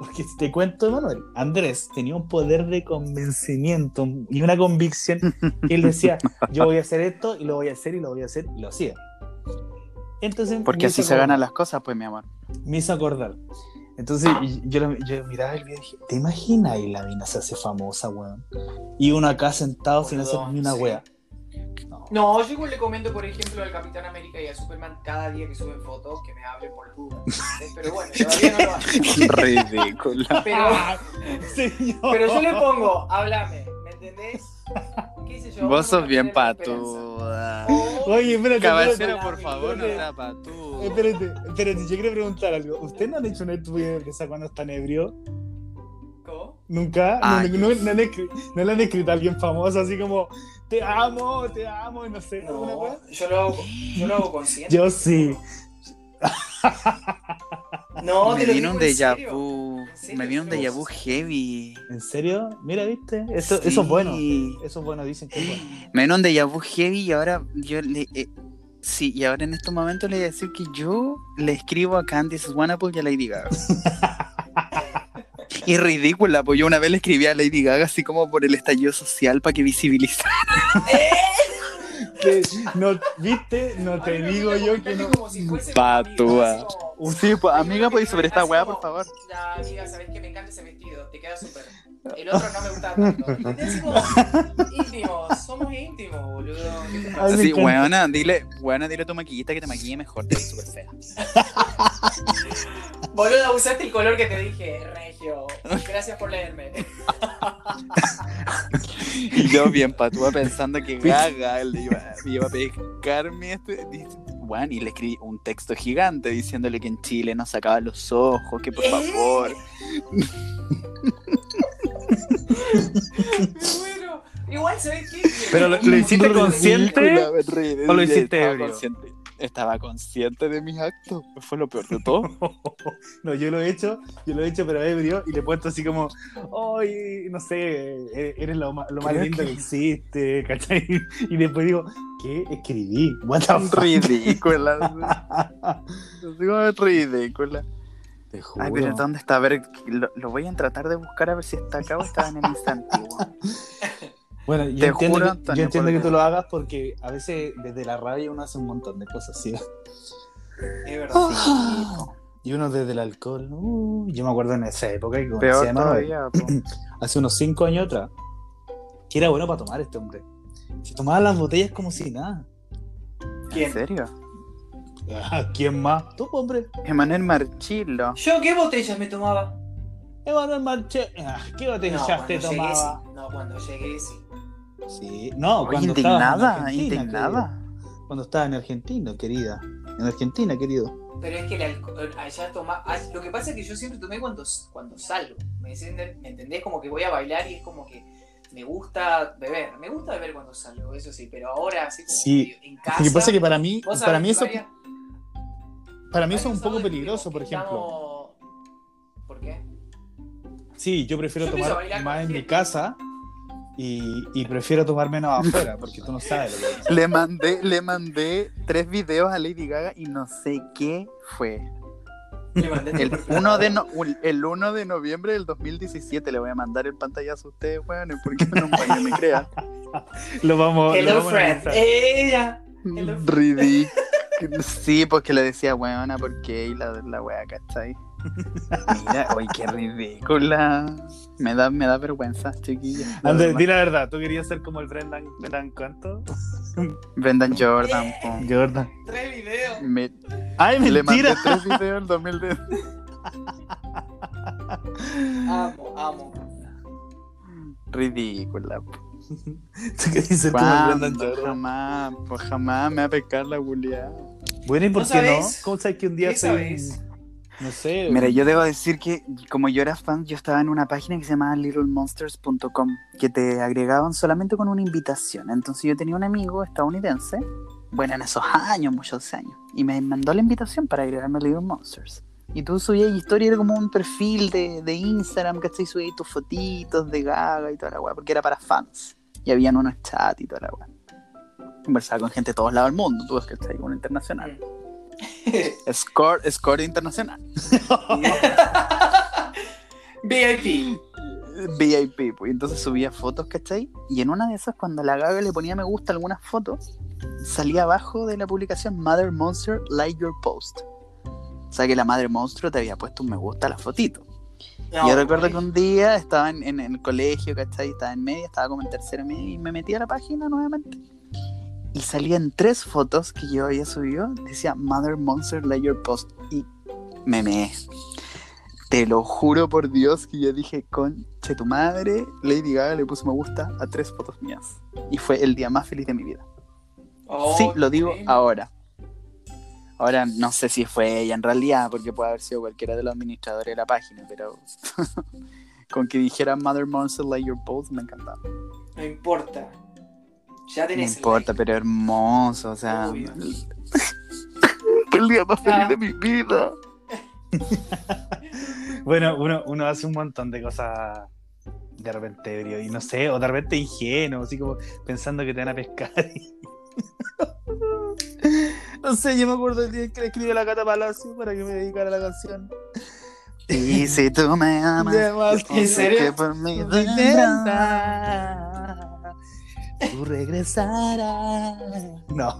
Porque si te cuento, Manuel, Andrés tenía un poder de convencimiento y una convicción. que él decía, yo voy a hacer esto y lo voy a hacer y lo voy a hacer y lo hacía. Entonces,
Porque
me
así
hizo
se
como-
ganan las cosas, pues, mi amor.
me hizo acordar. Entonces y- yo, la- yo miraba el video y dije, ¿te imaginas? Y la mina se hace famosa, weón. Y uno acá sentado sin hacer
Boludo,
ni una
sí.
wea.
No, yo igual le comento, por ejemplo, al Capitán América y a Superman cada día que suben fotos que me hablen por duda. ¿entendés? Pero bueno, todavía no
(laughs)
lo hacen.
Ridículo.
Pero,
Señor.
Ah. pero yo le pongo, háblame, ¿me entendés? ¿Qué sé
(laughs)
yo?
Vos sos
no
bien
tenés esperanza.
patuda.
O-
Oye, espérate.
(laughs) Caballero,
Hola,
por
mi
favor, no
nombre-
sea patudo.
Espérate, espérate, yo quiero preguntar algo. ¿Ustedes no han hecho una hamburguesa cuando están ebrio?
¿Cómo?
¿Nunca? ¿No-
Ay,
no, no, no han escri- no le han escrito a alguien famoso así como, te amo, te amo, y no sé, alguna wea?
No, yo lo hago, yo lo hago consciente.
Yo sí.
No,
me
te lo
vino
digo
un
en
déjà
serio.
vu.
¿En serio?
Me vino un déjà vu
Sí.
heavy.
¿En serio? Mira, ¿viste? Eso, eso es bueno.
Sí.
Eso es bueno, dicen que es bueno.
Me vino un déjà vu heavy y ahora yo le. eh, sí, y ahora en estos momentos le voy a decir que yo le escribo a Candice Swanapple y a Lady (laughs) Gaga. Y ridícula, pues yo una vez le escribí a Lady Gaga así como por el estallido social para que (laughs) visibilizara.
Te- no, ¿Viste? No
Ay,
te
me
digo
gusta
yo que
comentarle
no.
como si fuese
Patúa.
mi amigo, así como-
Sí, pues amiga, pues sobre esta
Así
weá,
como,
por favor.
La amiga, sabes que me encanta ese vestido, te queda súper. El otro no me gusta tanto. ¿Entendés? Como íntimos, somos íntimos, boludo. ¿Qué te pasa?
Ay, me
Así,
encanta.
weona, dile, weona, dile a tu maquillista que te maquille mejor, te ves súper fea.
Boludo, usaste el color que te dije, Regio. Gracias por leerme.
Y yo bien patúa pensando que Gaga le iba, me iba a pescar mi este- dice, Bueno, y le escribí un texto gigante diciéndole que en Chile no sacaba los ojos, que por
¿Eh?
favor.
Me muero. Igual, ¿sabes qué?
Pero lo- lo hiciste consciente.
Ridícula, me reí,
¿O lo
sí,
hiciste
estaba
ebrio?
consciente. Estaba consciente de mis actos. Fue lo peor de
(laughs)
todo.
(laughs) No, yo lo he hecho, yo lo he hecho, pero ebrio y le he puesto así como, ay, no sé, e- eres lo, ma- lo más
Creo
lindo que...
que-
existe, ¿cachai? (laughs) Y después digo, ¿qué escribí? What the fuck?
(laughs) ridícula. Así como ridícula.
(laughs) Te juro.
Ay, Ah, pero ¿dónde está? A ver, lo, lo voy a tratar de buscar a ver si está acá o estaba en el instante. weón.
bueno, yo
te
entiendo,
juro,
que,
Antonio,
yo entiendo
por
que tú
Dios.
lo hagas porque a veces desde la rabia uno hace un montón de cosas, ¿sí?
Es verdad.
(laughs) Y uno desde el alcohol, uh, yo me acuerdo en esa época que conocí
Peor
a Manuel.
todavía. po.
hace unos 5 años atrás, que era bueno para tomar este hombre. Se tomaba las botellas como si nada.
¿En
¿Quién?
serio?
Ah, ¿Quién más? Tú, hombre.
Emanuel Marchilo.
¿Yo qué botellas me tomaba?
Emanuel Marche. Ah, ¿Qué botellas ya te
cuando llegué, sí.
tomaba?
No, cuando llegué, sí.
Sí. No,
Oye,
cuando estaba
indignada,
en Argentina,
indignada.
querido. Cuando estaba en Argentina, querida. En Argentina, querido.
Pero es que el alcohol, allá toma, ah, lo que pasa es que yo siempre tomé cuando, cuando salgo, ¿me, entienden- ¿me entendés? Como que voy a bailar y es como que me gusta beber, me gusta beber cuando salgo, eso sí, pero ahora así como
Sí.
que en
Lo
casa...
que pasa es que para mí,
vos sabés
para mí
que
eso,
varias-
para mí eso es
varios
un poco
sábados
peligroso, por
estamos-
ejemplo. Sí, yo prefiero
Yo empiezo a
tomar
bailar
más
con
en mi
gente.
casa y, y prefiero tomar menos afuera, porque tú no sabes (laughs) lo que
Le mandé, le mandé tres videos a Lady Gaga y no sé qué fue.
Le mandaste
El
por privado.
1 de, no- el 1 de noviembre del 2017 le voy a mandar el pantallazo a ustedes, weones, porque no para que
(laughs)
me crean.
Lo vamos, (laughs) lo
Hello,
vamos a
friend.
analizar.
Ella. Hello.
Ridículo. Sí, porque le decía, weona, ¿por qué? Y la, la wea, ¿cachai? Mira, oye, qué ridícula. Me da, me da vergüenza, chiquilla. de
Andrés,
verdad.
di la verdad, ¿tú querías ser como el Brendan, Brendan cuánto?
Brendan Jordan, po.
Jordan.
Tres videos.
Me-
¡Ay,
le mandé
mentira!
tres videos en 2010.
Amo, amo.
Ridícula, po.
Tú querías ser como el Brendan
¿Cuándo?
Jordan.
Jamás, pues jamás me va a pecar la buleada.
Bueno, ¿y por
¿No
qué no?
sabes?
¿Cómo sabes que un
¿Qué
día soy un- (laughs)
sabes?
No sé.
Mira, yo debo decir que como yo era fan, yo estaba en una página que se llamaba littlemonsters.com, que te agregaban solamente con una invitación. Entonces yo tenía un amigo estadounidense, bueno, en esos años, muchos años, y me mandó la invitación para agregarme a Little Monsters. Y tú subías historia, era como un perfil de, de Instagram, ¿cachai? Subías tus fotitos de Gaga y toda la weá, porque era para fans. Y habían unos chats y toda la weá. Conversaba con gente de todos lados del mundo, tú, ¿cachai? Con internacional. Score, score internacional.
VIP.
VIP, pues. Entonces subía fotos, ¿cachai? Y en una de esas, cuando la Gaga le ponía me gusta a algunas fotos, salía abajo de la publicación Mother Monster Like Your Post. O sea que la Madre Monstruo te había puesto un me gusta a la fotito.
No,
Yo recuerdo que un día estaba en, en el colegio, ¿cachai? Estaba en media, estaba como en tercero medio y me metí a la página nuevamente. Y salían tres fotos que yo había subido, decía Mother Monster Like Your Post y meme. Te lo juro por Dios que yo dije, conche tu madre, Lady Gaga le puso me gusta a tres fotos mías. Y fue el día más feliz de mi vida.
Oh,
sí, lo digo
tremendo.
ahora. Ahora no sé si fue ella en realidad, porque puede haber sido cualquiera de los administradores de la página, pero (laughs) con que dijera Mother Monster Like Your Post me encantaba.
No importa. Ya
No
tenés. el
importa,
like.
pero hermoso, o sea. (laughs)
Obvio.
Fue el día más feliz
Ah.
de mi
(laughs)
vida.
Bueno, uno, uno hace un montón de cosas de repente ebrio y no sé, o de repente ingenuo, así como pensando que te van a pescar. (laughs) no sé, yo me acuerdo del día que le escribí a la Cata Palacio para que me dedicara la canción.
Y si tú me amas,
De más
yo
que
sé
serio?
que por mí
tú
vendrás.
regresarás, Tú regresarás. No,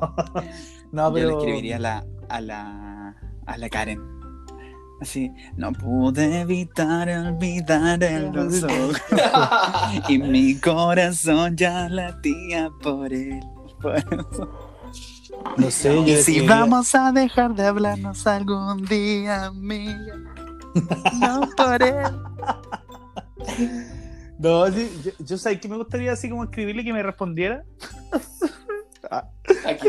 no,
Yo
Ah, pero.
le escribiría a la, a la, a la Karen. Así, no pude evitar olvidar el rostro y mi corazón ya latía por él.
No sé, yo
Y
le
si
escribiría-
vamos a dejar de hablarnos algún día, amiga, no por él.
No, sí, yo, yo sé que me gustaría así como escribirle que me respondiera
(laughs) Aquí.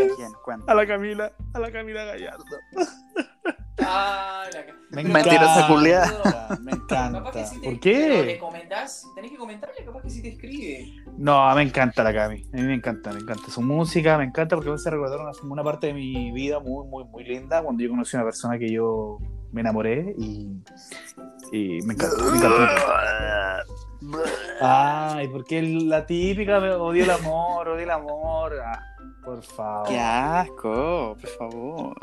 a la Camila, a la Camila Gallardo.
Ah, la...
Me
Pero-
Mentirosa
Capaz-
culiá.
Me
Capaz que
encanta.
sí te-
¿Por
pero ¿Le
qué?
comentás? Tenés que comentarle, capaz que sí te escribe.
No, me encanta la Cami. A mí me encanta, me encanta su música, me encanta porque me hace recordar una, una parte de mi vida muy, muy, muy linda cuando yo conocí a una persona que yo me enamoré y, y me encanta. Me encanta. Ay, porque la típica me- odio el amor, odio el amor. Ah, por favor.
Qué asco, por favor.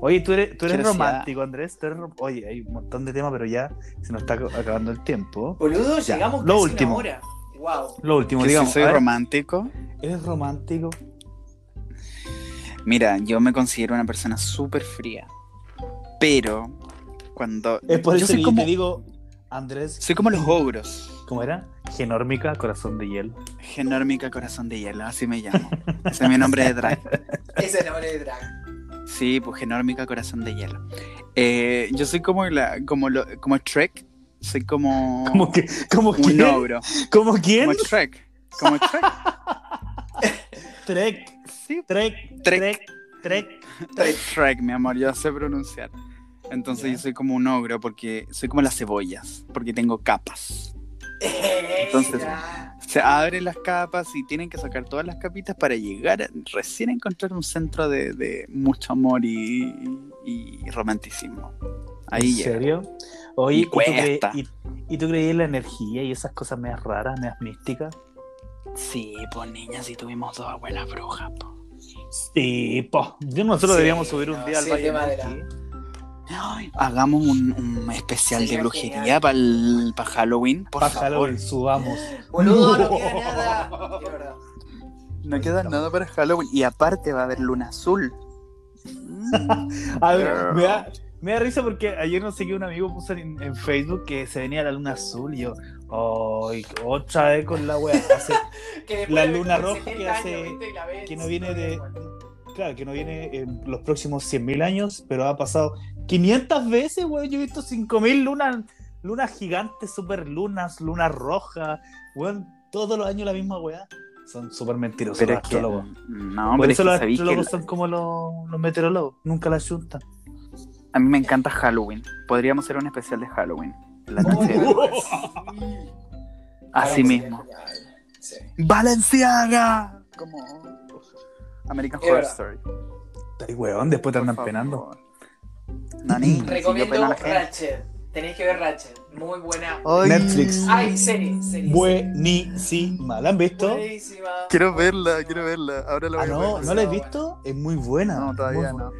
Oye, tú eres, tú eres
Quiero
romántico, Andrés. tú eres rom- Oye, hay un montón de temas, pero ya se nos está ac- acabando el tiempo.
Boludo,
Ya,
llegamos
lo
casi
último.
una hora. Wow.
Lo último,
Que si
digamos.
soy
a ver,
romántico.
¿Eres romántico?
Mira, yo me considero una persona súper fría. Pero cuando.
Es por
yo
eso
soy
que yo
como,
te digo, Andrés,
soy como los ogros.
¿cómo era? Genórmica, corazón de hielo. (laughs)
Genórmica corazón de hielo, así me llamo. Ese es mi nombre
(laughs)
de drag.
Ese es el nombre de drag.
Sí, pues genórmica corazón de hielo. Eh, yo soy como la, como lo, como Trek. Soy como,
¿Cómo que? ¿Cómo
un
quién?
ogro.
¿Cómo quién?
Como Trek. Como Trek.
Trek,
Sí,
(laughs) trek,
Trek.
trek, trek.
Shrek, mi amor, yo sé pronunciar. Entonces
Ya.
yo soy como un ogro porque soy como las cebollas, porque tengo capas. (laughs) Entonces-
Era.
Se abren las capas y tienen que sacar todas las capitas para llegar a- recién a encontrar un centro de, de mucho amor y, y romanticismo. Ahí
¿En
llega.
serio? Oye,
Me
¿y tú, cre-
cuesta.
y- y tú crees, ¿Y tú creías en la energía y esas cosas medias raras, medias místicas?
Sí, pues niña, si tuvimos dos abuelas brujas, po.
Sí, po. Yo nosotros
Sí,
deberíamos subir un
no,
día al
sí,
Valle
tema
de
de la-
Ay, hagamos un, un especial de
Sería
brujería
genial.
para Halloween, por
Para
favor.
Halloween, subamos.
Boludo, no
No.
queda
(laughs)
nada. Es verdad.
No queda nada para Halloween. Y aparte va a haber luna azul. Mm.
A ver, me da, me da risa porque ayer no sé qué un amigo puso en, en Facebook que se venía la luna azul y yo, ¡ay! Otra vez con la wea. Hace-
Que después
La
de
luna
70
roja que
años,
hace-
¿viste? Y la ves,
que no viene
todavía
de.
igual.
Claro, que no viene en los próximos 100.000 años, pero ha pasado 500 veces, weón. Yo he visto 5.000 lunas, lunas gigantes, super lunas, luna roja, weón. Todos los años la misma weá. Son súper mentirosos
Pero
los
es que.
astrólogos.
No,
Por eso
pero es que
los
sabéis que
astrólogos son como los, los meteorólogos, nunca la juntan.
a mí me encanta Halloween. Podríamos hacer un especial de Halloween. La
Oh,
noche de-
claro que sí.
Así
Claro,
mismo.
sería genial. Sí.
¡Valenciaga! Como. American
Es
Horror
verdad.
Story.
Ay, weón, después te
Por
andan
favor.
penando.
No, ni- si yo
Recomiendo
peno a la gente.
Ratchet. Tenéis que ver Ratchet. Muy buena.
Ay.
Netflix.
Ay, serie, serie.
Buenísima, ¿la han visto?
Buenísima.
Quiero verla, quiero verla. Ahora la
Ah,
voy a
no,
ver.
¿no la has visto? Es muy buena.
No, todavía no.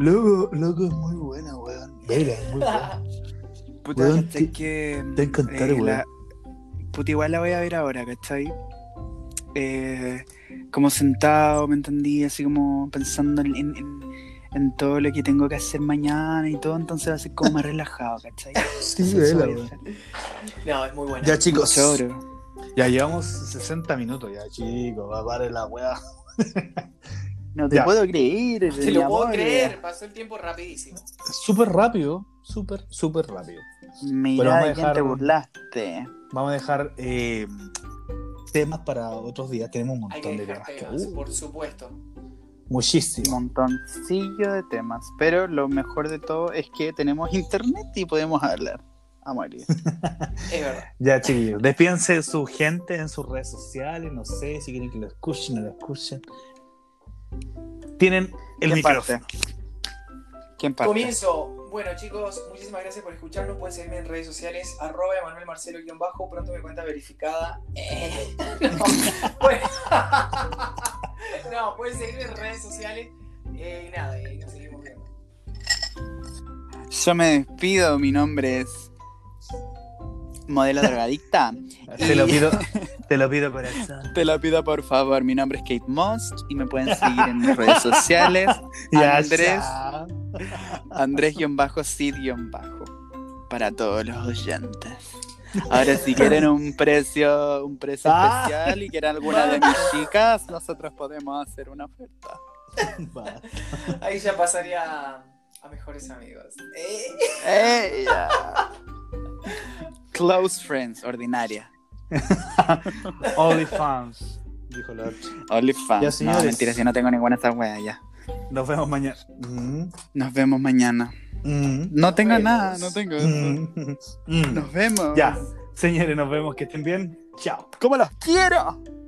Loco, loco, es muy buena, weón. Vela, es muy buena.
Puta,
Weón,
¿cachai
te-
que.
te va a encantar,
eh, la- Puta, igual la voy a ver ahora, ¿cachai? Eh, como sentado, me entendí, así como pensando en, en- en- en todo lo que tengo que hacer mañana y todo, entonces va a ser como
(laughs)
más relajado, ¿cachai?
Sí,
Eso
vela,
voy a
weón.
hacer.
(laughs) No, es muy buena.
Ya, chicos.
Choro.
Ya llevamos 60 minutos, ya, chicos. Va a parar la weá.
No te
Ya.
puedo creer.
Te
mi
lo puedo
amor.
creer. Pasó el tiempo rapidísimo.
Súper rápido, súper, súper rápido. Pero
Mira,
vamos a
de quién
dejar-
te burlaste.
Vamos a dejar eh, temas para otros días. Tenemos un
Hay que
montón de
dejar
temas. que-
temas,
uh,
por supuesto.
Un
muchísimo.
montoncillo de temas. Pero lo mejor de todo es que tenemos internet y podemos hablar. A morir.
Es verdad.
Ya, chicos. Despídense de su gente en sus redes sociales. No sé si quieren que lo escuchen o no lo escuchen. Tienen (laughs) el
¿Quién
micrófono.
parte? ¿Quién parte?
Comienzo. Bueno, chicos, muchísimas gracias por escucharnos. Pueden seguirme en redes sociales. Arroba Emanuel Marcelo guión bajo. Pronto mi cuenta verificada. Eh, (laughs) no. Bueno. (laughs) no, pueden seguirme en redes sociales. Eh, y nada, y nos seguimos viendo.
Yo me despido, mi nombre es
(laughs)
Modelo Drogadicta.
Te lo
(laughs)
pido, te lo pido corazón.
Te lo pido por favor, mi nombre es Kate Most y me pueden seguir en mis
(laughs)
redes sociales. Andrés.
chao.
Andrés-Cid-Bajo. Para todos los oyentes. Ahora si quieren un precio, un precio
Ah.
especial y quieren alguna
(laughs)
de mis chicas, nosotros podemos hacer una oferta.
Va.
Ahí ya pasaría a, a mejores amigos. Eh.
Ella. Close friends, ordinaria.
OnlyFans. Dijo la Ya,
OnlyFans. No,
señores.
mentira, si no tengo ninguna de estas weas ya.
Nos vemos mañana. (laughs) Mm,
Nos vemos mañana.
mm,
No tengo
vemos.
nada, no tengo eso.
mm, mm.
Nos vemos.
Ya, señores, nos vemos. Que estén bien. Chao.
¿Cómo los quiero?